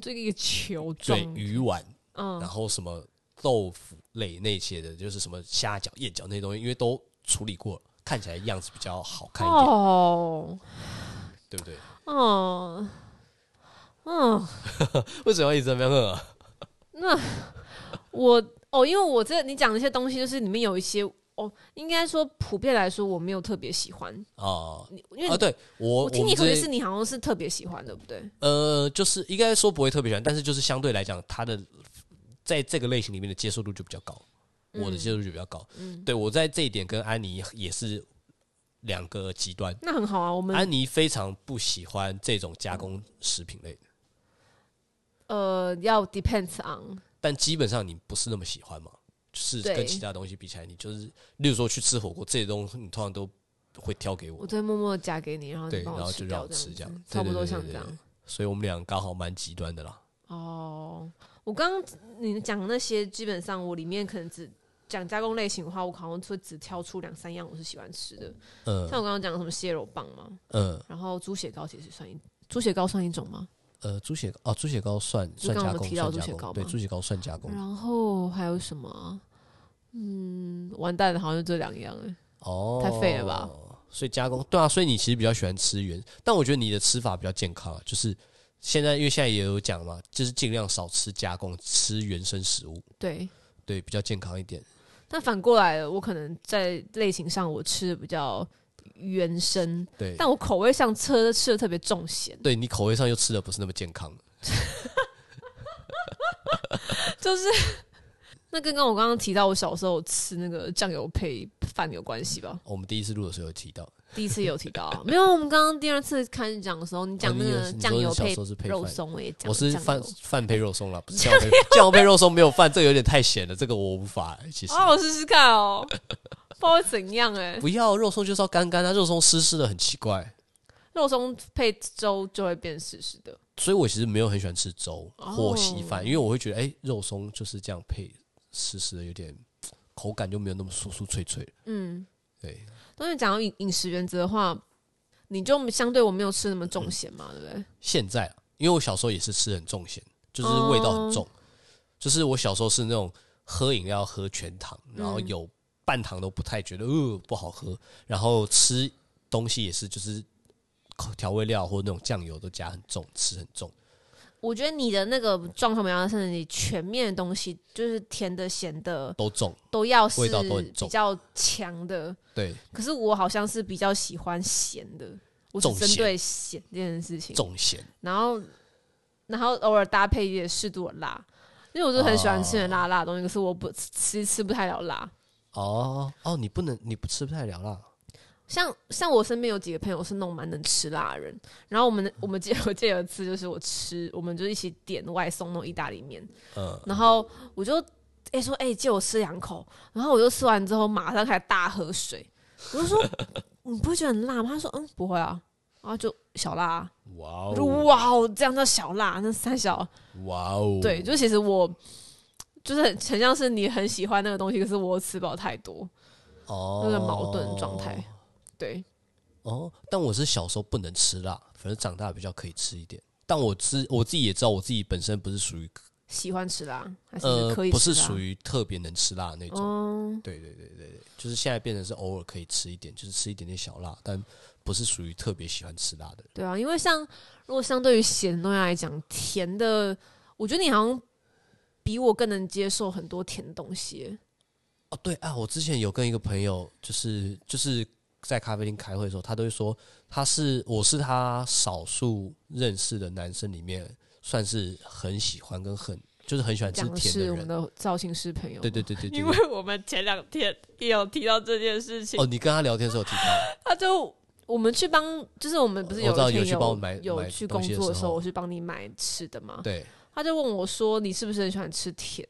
B: 就一个球状
A: 对，，鱼丸，
B: 嗯
A: 然，后什么豆腐类那些的，就是什么虾饺、燕饺那些东西，因为都处理过了，看起来样子比较好看一点，
B: 哦，
A: 对不 对？
B: 哦，嗯，
A: 为什么要一直在那边哼啊？
B: 我哦，因为我这你讲的一些东西，就是里面有一些哦，应该说普遍来说我没有特别喜欢，
A: 哦
B: 你因为
A: 啊，对我，
B: 我听
A: 们
B: 你
A: 这
B: 同学是你好像是特别喜欢，对不对？
A: 呃，就是应该说不会特别喜欢，但是就是相对来讲，它的在这个类型里面的接受度就比较高，我的
B: 嗯
A: 接受度就比较高。对我在这一点跟安妮也是两个极端。
B: 那很好啊，我们
A: 安妮非常不喜欢这种加工食品类的，
B: 呃要 depends on
A: 但基本上你不是那么喜欢嘛，就是
B: 对
A: 跟其他东西比起来，你就是，例如说去吃火锅这些东西，你通常都会挑给
B: 我
A: 我，
B: 都会默默地夹给你，然后
A: 对，
B: 你
A: 然
B: 帮我
A: 后就让
B: 掉
A: 我吃这
B: 这
A: 样
B: 样，子，
A: 对
B: 差不多
A: 对对
B: 像
A: 对
B: 这
A: 对
B: 样。
A: 所以我们俩刚好蛮极端的啦。
B: 哦，我刚刚你讲那些，基本上我里面可能只讲加工类型的话，我好像会只挑出两三样我是喜欢吃的。
A: 嗯
B: 像我刚刚讲的什么蟹肉棒嘛，
A: 嗯
B: 然后猪血糕其实算一，猪血糕算一种吗？
A: 呃，猪血哦，猪血糕算
B: 就
A: 算
B: 刚刚
A: 加
B: 我们
A: 工，
B: 提到
A: 算
B: 猪
A: 加
B: 血糕嗯
A: 工，对，
B: 嘛
A: 猪血糕算加工。
B: 然后还有什么啊？嗯，完蛋了，好像就这两样哎、
A: 哦，
B: 太废了吧？
A: 所以加工对啊，所以你其实比较喜欢吃原，但我觉得你的吃法比较健康啊，就是现在因为现在也有讲嘛，就是尽量少吃加工，吃原生食物，
B: 对，
A: 对，比较健康一点。
B: 但反过来了，我可能在类型上我吃的比较原生，
A: 对，
B: 但我口味上吃吃的特别重咸，
A: 对你口味上又吃的不是那么健康。
B: 就是那跟刚我刚刚提到我小时候吃那个酱油配饭有关系吧？
A: 我们第一次录的时候有提到，
B: 第一次有提到 啊，没有？我们刚刚第二次开始讲的时候，你讲那
A: 哦你也
B: 个
A: 是你
B: 酱
A: 说
B: 油
A: 你小
B: 配
A: 时候是配
B: 肉
A: 饭
B: 松，我也讲
A: 我是
B: 酱
A: 饭
B: 油
A: 饭配肉松啦，不是酱油配酱油配肉松没有饭，这个有点太咸了，这个我无法。其实、
B: 哦，我试试看哦，不知道会怎样哎、
A: 不要肉松就是要干干的，肉松湿湿的很奇怪，
B: 肉松配粥就会变湿湿的。
A: 所以我其实没有很喜欢吃粥
B: 哦
A: 或稀饭，因为我会觉得哎、肉松就是这样配湿湿的，有点口感就没有那么酥酥脆脆。
B: 嗯，
A: 对，
B: 但是讲到饮饮食原则的话，你就相对我没有吃那么重咸嘛，对不对？
A: 现在啊因为我小时候也是吃很重咸，就是
B: 哦
A: 味道很重，就是我小时候是那种喝饮料喝全糖，然后有半糖都不太觉得呃不好喝，然后吃东西也是就是调味料或那种酱油都加很重，吃很重。
B: 我觉得你的那个状况不一样，甚至你全面的东西，就是甜的、咸的
A: 都重，
B: 都要是
A: 味道都很重
B: 比较强的。
A: 对，
B: 可是我好像是比较喜欢咸的，我只
A: 重
B: 针
A: 咸
B: 对咸这件事情。
A: 重咸。
B: 然后，然后偶尔搭配一点适度的辣，因为我就很喜欢吃点辣辣的东西，可是我不吃吃不太了辣。
A: 哦哦，你不能，你不吃不太了辣。
B: 像像我身边有几个朋友是那种蛮能吃辣的人，然后我们我们记得我记得有一次就是我吃，我们就一起点外送那种意大利面，
A: 嗯，
B: 然后我就哎、说哎、借我吃两口，然后我就吃完之后马上开始大喝水，我就说你不会觉得很辣吗？他说嗯不会啊，然后就小辣啊，
A: 哇
B: 我就哇哦这样叫小辣，那三小
A: 哇哦，
B: 对，就其实我就是很很像是你很喜欢那个东西，可是我吃饱太多，
A: 哦，
B: 那个矛盾状态。对，
A: 哦，但我是小时候不能吃辣，反正长大比较可以吃一点。但我知我自己也知道，我自己本身不是属于
B: 喜欢吃辣还
A: 呃
B: 是可以吃
A: 不
B: 辣、，
A: 是属于特别能吃辣的那种。
B: 嗯，
A: 对对对对对，就是现在变成是偶尔可以吃一点，就是吃一点点小辣，但不是属于特别喜欢吃辣的人。
B: 对啊，因为像如果相对于咸的东西来讲，甜的，我觉得你好像比我更能接受很多甜的东西。
A: 哦，对啊，我之前有跟一个朋友，就是就是在咖啡厅开会的时候，他都会说他是我是他少数认识的男生里面，算是很喜欢跟很呃就是很喜欢吃
B: 讲的
A: 甜
B: 是
A: 的
B: 我们
A: 人。
B: 的造型师朋友，
A: 对对对对对，
B: 因为我们前两天也有提到这件事情，
A: 哦哦，你跟他聊天的时候有提到，
B: 他就我们去帮，就是我们不是有
A: 我知道
B: 一天
A: 有去帮我买
B: 有
A: 买
B: 去
A: 东
B: 工
A: 西的
B: 作
A: 时
B: 候，
A: 候
B: 我去帮你买吃的嘛。
A: 对，
B: 他就问我说：“你是不是很喜欢吃甜？”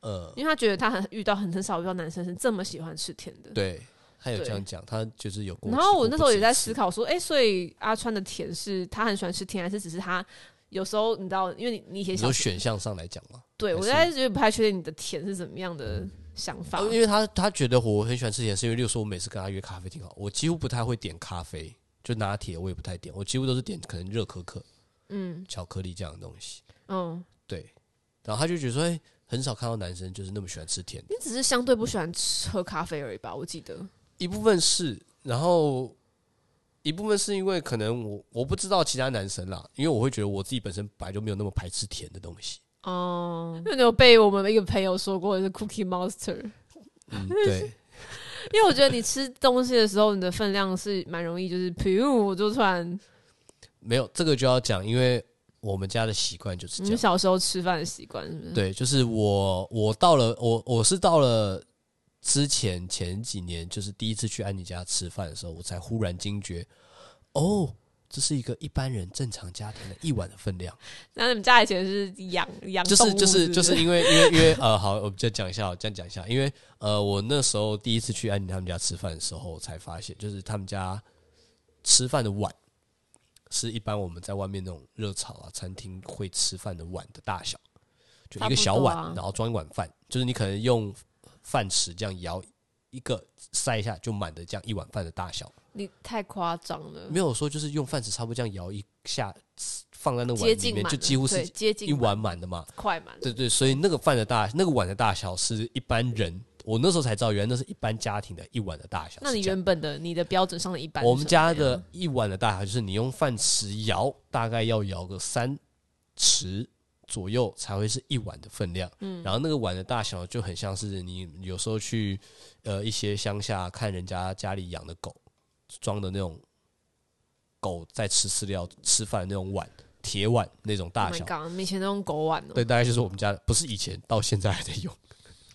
A: 呃，
B: 因为他觉得他很遇到很很少遇到男生是这么喜欢吃甜的。
A: 对，他有
B: 对
A: 这样讲，他就是有过。
B: 然后我那时候也在思，考说，哎、所以阿川的甜是他很喜欢吃甜，还是只是他有时候你知道，因为你你以前
A: 你
B: 小
A: 说
B: 时
A: 选项上来讲嘛，
B: 对
A: 还
B: 我
A: 是
B: 现在就不太确定你的甜是怎么样的想法。
A: 啊因为他他觉得我很喜欢吃甜，是因为，例如说，我每次跟他约咖啡厅好，我几乎不太会点咖啡，就拿铁我也不太点，我几乎都是点可能热可可、
B: 嗯
A: 巧克力这样的东西。
B: 嗯，
A: 对，然后他就觉得说，哎、很少看到男生就是那么喜欢吃甜的，
B: 你只是相对不喜欢吃喝咖啡而已吧？我记得，
A: 一部分是，然后一部分是因为可能我我不知道其他男生啦，因为我会觉得我自己本身本来就没有那么排斥甜的东西。
B: 哦、因为你有被我们一个朋友说过是 Cookie Monster，
A: 嗯，对，
B: 因为我觉得你吃东西的时候，你的分量是蛮容易，就是譬如我就突然，
A: 没有这个就要讲，因为我们家的习惯就是
B: 你
A: 这
B: 们
A: 样。
B: 小时候吃饭的习惯是不是？
A: 对，就是我我到了我我是到了之前前几年，就是第一次去安妮家吃饭的时候，我才忽然惊觉，哦，这是一个一般人正常家庭的一碗的分量。
B: 那你们家以前是养养
A: 就
B: 动
A: 是
B: 物
A: 就是
B: 不
A: 就是因为因为因为呃，好，我再讲一下，我这样讲一下，因为呃，我那时候第一次去安妮他们家吃饭的时候，才发现就是他们家吃饭的碗是一般我们在外面那种热炒啊餐厅会吃饭的碗的大小，就一个小碗，
B: 差不多啊
A: 然后装一碗饭，就是你可能用饭匙这样舀一个塞一下就满的这样一碗饭的大小，
B: 你太夸张了，
A: 没有说就是用饭匙差不多这样舀一下放在那碗
B: 接
A: 里
B: 近
A: 面，
B: 满
A: 就
B: 了
A: 几乎
B: 对
A: 是
B: 接近
A: 一碗满的嘛。
B: 快满了，
A: 对对，所以那个饭的大，那个碗的大小是一般人，我那时候才知道，原来那是一般家庭的一碗的大小。
B: 那你
A: 是这样
B: 原本的你的标准上的一般是什么样，哎
A: 我们家的一碗的大小，就是你用饭匙舀，大概要舀个三匙左右才会是一碗的分量。嗯，然后那个碗的大小就很像是你有时候去呃一些乡下看人家家里养的狗装的那种狗在吃饲料吃饭的那种碗，铁碗那种
B: Oh
A: 大
B: my
A: 小。
B: God，我们以前都用狗碗哦，
A: 对，大概就是我们家的，不是以前到现在还在用。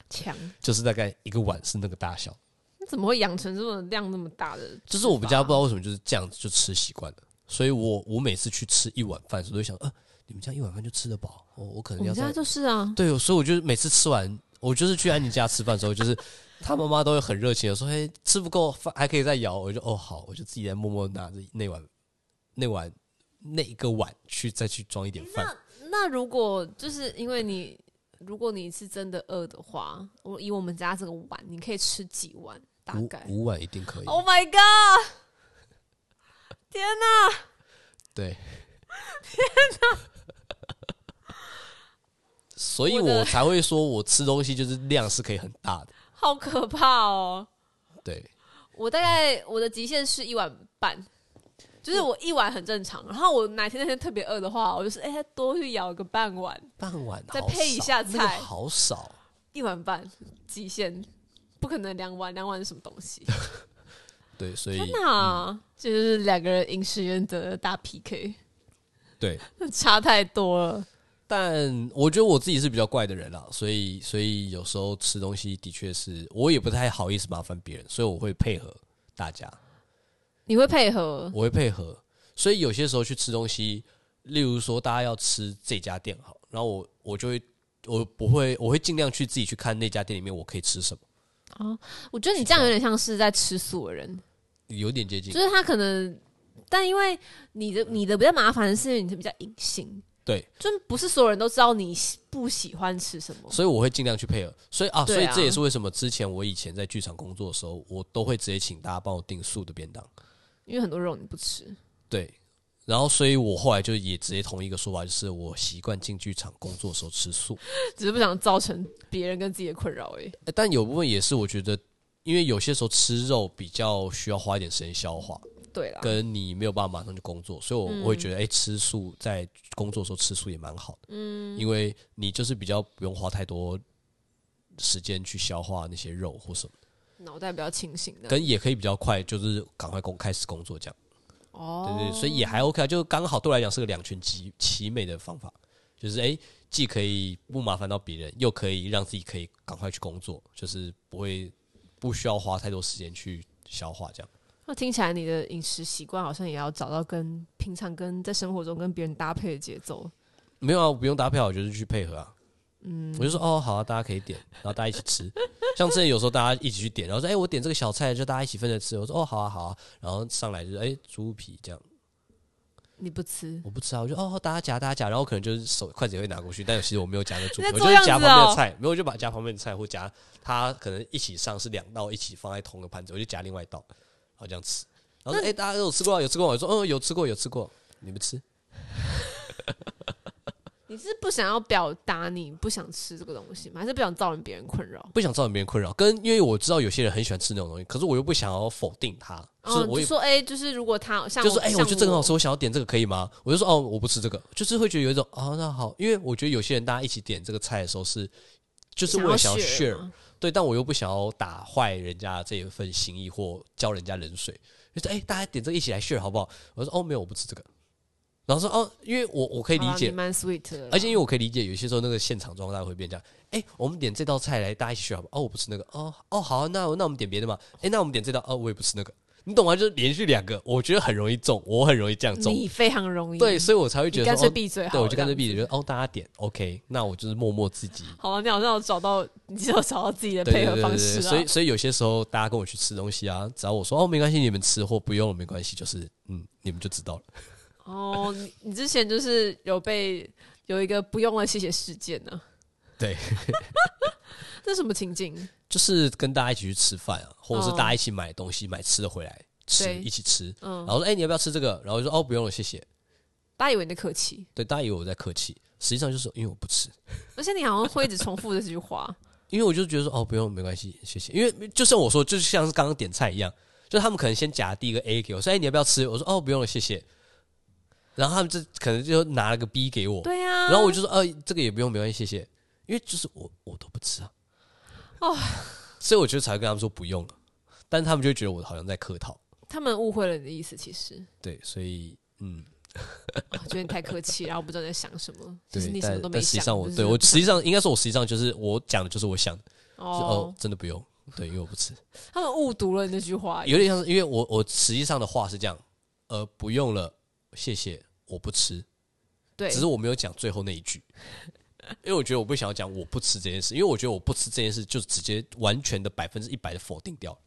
B: 强，
A: 就是大概一个碗是那个大小，
B: 那怎么会养成这么量那么大的？啊
A: 就是我们家不知道为什么就是这样子就吃习惯了，所以我我每次去吃一碗饭的时候，都会想，呃，你们家一碗饭就吃得饱，我我可
B: 我
A: 能要
B: 们
A: 再
B: 家就是啊，
A: 对，所以我就是每次吃完，我就是去安妮家吃饭的时候，就是她妈妈都会很热情的说，嘿，吃不够饭还可以再舀，我就哦好，我就自己在默默拿着那碗那碗那一个碗去再去装一点饭，
B: 那如果就是因为你，如果你是真的饿的话，我以我们家这个碗，你可以吃几碗？大
A: 五
B: 概
A: 五碗一定可以，
B: ？Oh my god！天哪！
A: 对，所以
B: 我的
A: 我才会说，我吃东西就是量是可以很大的。
B: 好可怕哦！
A: 对，
B: 我大概我的极限是一碗半，就是我一碗很正常。然后我哪天那天特别饿的话，我就是哎、多去舀个半碗，
A: 半碗
B: 再
A: 好
B: 配一
A: 少
B: 下
A: 那个
B: 菜
A: 好少。
B: 一碗半极限，不可能两碗，两碗是什么东西？
A: 对，所以
B: 天哪，这就是两个人饮食原则的大 PK，
A: 对，
B: 差太多了。
A: 但我觉得我自己是比较怪的人啦，所以所以有时候吃东西的确是我也不太好意思麻烦别人，所以我会配合大家。
B: 你会配合？
A: 我会配合。所以有些时候去吃东西，例如说大家要吃这家店好，然后我我就会我不会我会尽量去自己去看那家店里面我可以吃什么，
B: 我觉得你这样有点像是在吃素的人，
A: 有点接近
B: 就。是他可能，但因为你的你的比较麻烦的是你的比较隐性，
A: 对，
B: 就不是所有人都知道你喜不喜欢吃什么。
A: 所以我会尽量去配合。所以啊，所
B: 对
A: 以
B: 啊
A: 这也是为什么之前我以前在剧场工作的时候，我都会直接请大家帮我订素的便当。
B: 因为很多肉你不吃，
A: 对，然后所以我后来就也直接同一个说法，就是我习惯进剧场工作的时候吃素。
B: 只是不想造成别人跟自己的困扰而已。
A: 欸但有部分也是我觉得，因为有些时候吃肉比较需要花一点时间消化。
B: 对啦，
A: 跟你没有办法马上去工作，所以我我会觉得，哎、吃素在工作的时候吃素也蛮好的，嗯，因为你就是比较不用花太多时间去消化那些肉或什么，
B: 脑袋比较清醒的。
A: 跟也可以比较快，就是赶快工开始工作这样，
B: 哦
A: 对对对所以也还 OK，啊就刚好对我来讲是个两全其其美的方法，就是哎、既可以不麻烦到别人，又可以让自己可以赶快去工作，就是不会不需要花太多时间去消化这样，
B: 那听起来你的饮食习惯好像也要找到跟平常跟在生活中跟别人搭配的节奏。
A: 没有啊，我不用搭配啊，我就是去配合啊。嗯，我就说哦，好啊，大家可以点，然后大家一起 吃。像之前有时候大家一起去点，然后说哎、我点这个小菜，就大家一起分着吃。我说哦，好啊，好啊，然后上来就是哎、猪皮这样，
B: 你不吃，
A: 我不吃啊，我就哦，大家夹，大家夹，然后可能就是手筷子也会拿过去，但其实我没有夹在猪皮，
B: 你在
A: 我
B: 做
A: 就是夹
B: 样子
A: 旁边的
B: 哦
A: 菜，没有我就把夹旁边的菜或夹它可能一起上是两道一起放在同个盘子，我就夹另外一道，然后这样吃。然后说哎、大家都有吃过、啊，有吃过吗，我说嗯，有吃过，有吃过，你们吃。
B: 你是不想要表达你不想吃这个东西吗？还是不想造成别人困扰？
A: 不想造成别人困扰，跟因为我知道有些人很喜欢吃那种东西，可是我又不想要否定他，所
B: 哦，
A: 以
B: 你
A: 我
B: 就
A: 也
B: 说哎、就是如果他像
A: 就说哎、我
B: 像
A: 觉得这个很好吃，我想要点这个可以吗？我就说哦，我不吃这个，就是会觉得有一种啊、那好，因为我觉得有些人大家一起点这个菜的时候是，就是为了想要
B: 要
A: share，
B: 嘛
A: 对，但我又不想要打坏人家这一份心意或浇人家冷水，就是哎、大家点这个一起来 share 好不好？我说哦，没有，我不吃这个。然后说哦，因为我我可以理
B: 好啦
A: 解
B: 啊
A: 哎
B: 你，蛮 sweet 的啦。
A: 而且因为我可以理解，有些时候那个现场状况大家会变这样，哎、我们点这道菜来，大家一起选好不好？哦，我不吃那个，哦哦好啊、那我那我们点别的嘛，哎、那我们点这道，哦，我也不吃那个，你懂吗？就是连续两个，我觉得很容易中，我很容易这样中，
B: 你非常容易，
A: 对，所以我才会
B: 你
A: 觉得
B: 干
A: 说，
B: 脆
A: 哦
B: 闭嘴好了。
A: 对，我就干脆
B: 这样
A: 闭嘴，就哦，大家点 OK，那我就是默默自 己。
B: 好啊了，你好像有找到，你就有找到自己的
A: 对
B: 配
A: 对
B: 合
A: 对对
B: 方
A: 对，
B: 式啊了。
A: 所以所以有些时候大家跟我去吃东西啊，只要我说哦没关系，你们吃或不用没关系，就是嗯你们就知道了。
B: 哦，你你之前就是有被有一个不用了谢谢事件呢、
A: 对，
B: 这什么情境？
A: 就是跟大家一起去吃饭啊，或者是
B: 哦
A: 大家一起买东西买吃的回来吃，
B: 对
A: 一起吃，
B: 嗯
A: 然，后说：“哎、你要不要吃这个？”然后我就说：“哦，不用了，谢谢。
B: 大家以为你在客气，”
A: 对，大家以为我在客气，实际上就是因为我不吃，
B: 而且你好像会一直重复这句话。
A: 因为我就觉得说：“哦，不用，没关系，谢谢。”因为就像我说，就是像是刚刚点菜一样，就他们可能先夹第一个 A 给我，说：“哎、你要不要吃？”我说：“哦，不用了，谢谢。”然后他们就可能就拿了个 B 给 我，
B: 对啊呀、
A: 然后我就说：“呃，这个也不用，没关系，谢谢。”因为就是我我都不吃啊，
B: 哦，
A: 所以我就才会跟他们说不用了，啊但他们就会觉得我好像在客套，
B: 他们误会了你的意思，其实、
A: 对，所以嗯。
B: 啊觉得你太客气，然后不知道你在想什么。其
A: 对
B: 实，你什么
A: 但
B: 都没
A: 但实际
B: 想。
A: 上我
B: 就是
A: 对我实际上应该说，我实际上就是我讲的就是我想的，就是
B: 哦
A: 哦，，真的不用，对，因为我不吃，
B: 他们误读了你那句话。
A: 有点像是因为我我实际上的话是这样，呃，不用了，谢谢，我不吃，
B: 对，
A: 只是我没有讲最后那一句，因为我觉得我不想要讲我不吃这件事，因为我觉得我不吃这件事就直接完全的百分之一百的否定掉了，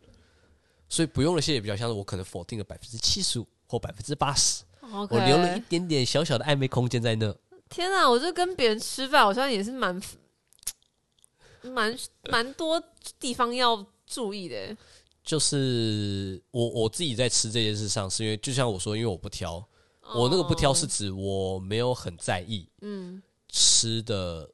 A: 所以不用了，谢谢比较像是我可能否定了百分之七十五或百分之八十，
B: OK
A: 我留了一点点小小的暧昧空间在那，
B: 天哪、我就跟别人吃饭，好像也是蛮蛮蛮多地方要注意的欸。
A: 就是我我自己在吃这件事上，是因为就像我说，因为我不挑，
B: 哦
A: 我那个不挑是指我没有很在意
B: 嗯，
A: 吃的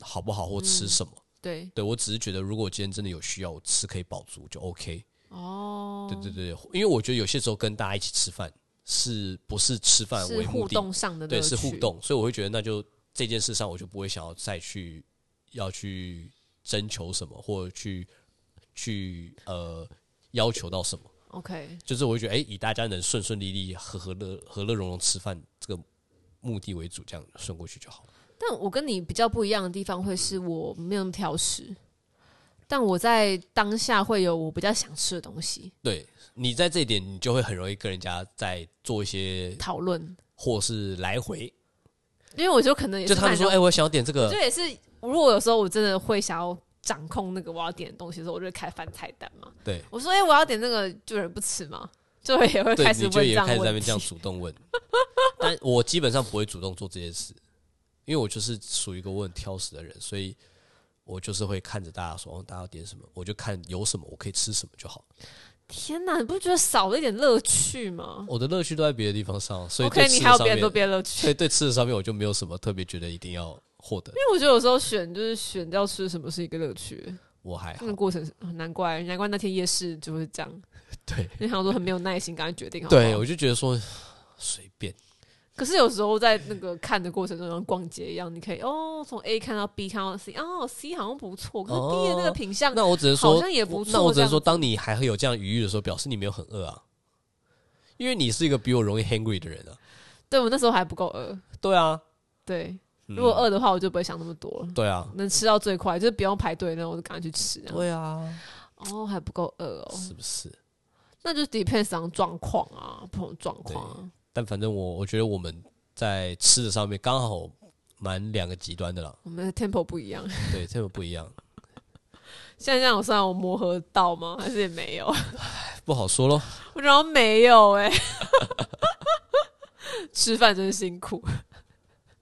A: 好不好或
B: 嗯
A: 吃什么，
B: 对，
A: 对我只是觉得如果我今天真的有需要，我吃可以饱足就 OK。
B: 哦，
A: 对对对，因为我觉得有些时候跟大家一起吃饭，是不是吃饭
B: 是
A: 为
B: 互
A: 目的？
B: 动上的
A: 对，
B: 乐
A: 是互
B: 趣。
A: 动，所以我会觉得那就这件事上，我就不会想要再去要去征求什么，或者去去呃要求到什么。
B: OK，
A: 就是我会觉得，哎、以大家能顺顺利利、和和乐和乐融融吃饭这个目的为主，这样顺过去就好了。
B: 但我跟你比较不一样的地方会是我没有那么挑食，但我在当下会有我比较想吃的东西
A: 对你在这一点，你就会很容易跟人家在做一些
B: 讨论，
A: 或是来回，
B: 因为我就可能也是
A: 就他们说，哎、
B: 蛮容
A: 我想要点这
B: 易
A: 个
B: 就，也是如果有时候我真的会想要掌控那个我要点的东西的时候，我就会开始翻菜单嘛。
A: 对
B: 我说，哎、我要点那个，就有人不吃嘛，就会也会
A: 对
B: 开，始
A: 你
B: 问
A: 就
B: 这
A: 也
B: 样
A: 开
B: 的
A: 始在那
B: 问
A: 边这样
B: 题。
A: 主动问。 但我基本上不会主动做这件事，因为我就是属于一个我很挑食的人，所以我就是会看着大家说，哦，大家要点什么，我就看有什么我可以吃什么就好。
B: 天哪，你不觉得少了一点乐趣吗
A: 我的乐趣都在别的地方上，所以对
B: ？OK，
A: 吃
B: 你
A: 的
B: 还有
A: 上
B: 别
A: 面
B: 的别的乐趣。
A: 所以对吃的上面我就没有什么特别觉得一定要获得，
B: 因为我觉得有时候选就是选要吃什么是一个乐趣，
A: 我还好
B: 那个。过程是啊难怪难怪那天夜市就会这样，
A: 对
B: 你想说很没有耐心，赶快决定好不好。
A: 对，我就觉得说随便，
B: 可是有时候在那个看的过程中，像逛街一样，你可以哦从 A 看到 B 看到 C，哦 C 好像不错，可是 B 的那个品相，
A: 哦那我只能说
B: 好像也不错
A: 那我只能
B: 这
A: 说，
B: 样子
A: 当你还会有这样余裕的时候，表示你没有很饿啊，因为你是一个比我容易 hungry 的人啊。
B: 对我那时候还不够饿，
A: 对啊，
B: 对，
A: 嗯
B: 如果饿的话，我就不会想那么多了。
A: 对啊，
B: 能吃到最快，就是不用排队那种，我就赶快去吃。这样
A: 对啊，
B: 哦，还不够饿哦。
A: 是不是？
B: 那就 depends on 状况啊，不同状况啊。
A: 但反正我我觉得我们在吃的上面刚好蛮两个极端的啦，
B: 我们的 tempo 不一样，
A: 对，这个不一样，
B: 现在这样我算有磨合到吗？还是也没有？
A: 不好说咯。
B: 我觉得没有哎、 吃饭真辛苦，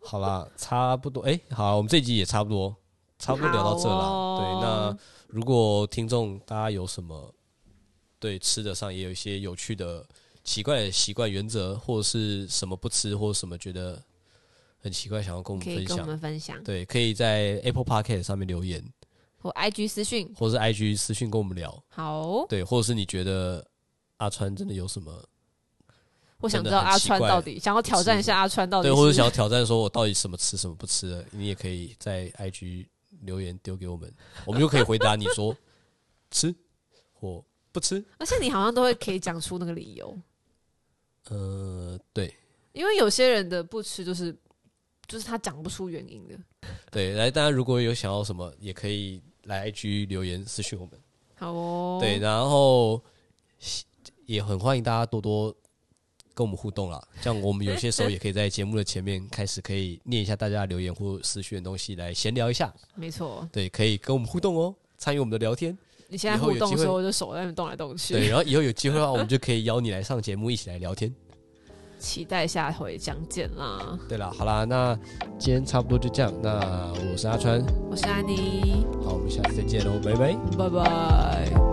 A: 好啦，差不多，哎、好啊我们这一集也差不多，差不多聊到这啦。
B: 好哦
A: 对，那如果听众大家有什么对吃的上也有一些有趣的、奇怪的习惯、原则，或者是什么不吃，或者什么觉得很奇怪，想要跟我
B: 可
A: 们
B: 以
A: 分
B: 跟我
A: 享，
B: 们分享，
A: 对，可以在 Apple Podcast 上面留言，
B: 或 IG 私讯。
A: 或者是 IG 私讯跟我们聊，
B: 好哦，
A: 对，或者是你觉得阿川真的有什么，
B: 我想
A: 真的
B: 知道
A: 很
B: 阿
A: 奇
B: 川
A: 怪
B: 到底想要挑战一下阿川到底
A: 对，或者
B: 是
A: 想要挑战说我到底什么吃什么不吃的，你也可以在 IG 留言丢给我们，我们就可以回答你说吃或不吃。
B: 而且你好像都会可以讲出那个理由，
A: 呃，对
B: 因为有些人的不吃就是就是他讲不出原因的。
A: 对，来，大家如果有想要什么，也可以来 IG 留言私讯我们。
B: 好哦，
A: 对，，然后也很欢迎大家多多跟我们互动啦，这样我们有些时候也可以在节目的前面开始可以念一下大家的留言或私讯的东西来闲聊一下，
B: 没错。
A: 对，可以跟我们互动哦，参与我们的聊天。
B: 你现在
A: 以后
B: 互
A: 有
B: 动的
A: 机
B: 时
A: 会
B: 候，我就手在那边动来动
A: 对，
B: 去。
A: 然后以后有机会的话，我们 就可以邀你来上节目，一起来聊天。
B: 期待下回相见啦！
A: 对了，好啦，那今天差不多就这样。那我是阿川，
B: 我是安妮，
A: 好，我们下次再见喽，拜拜。
B: 拜拜。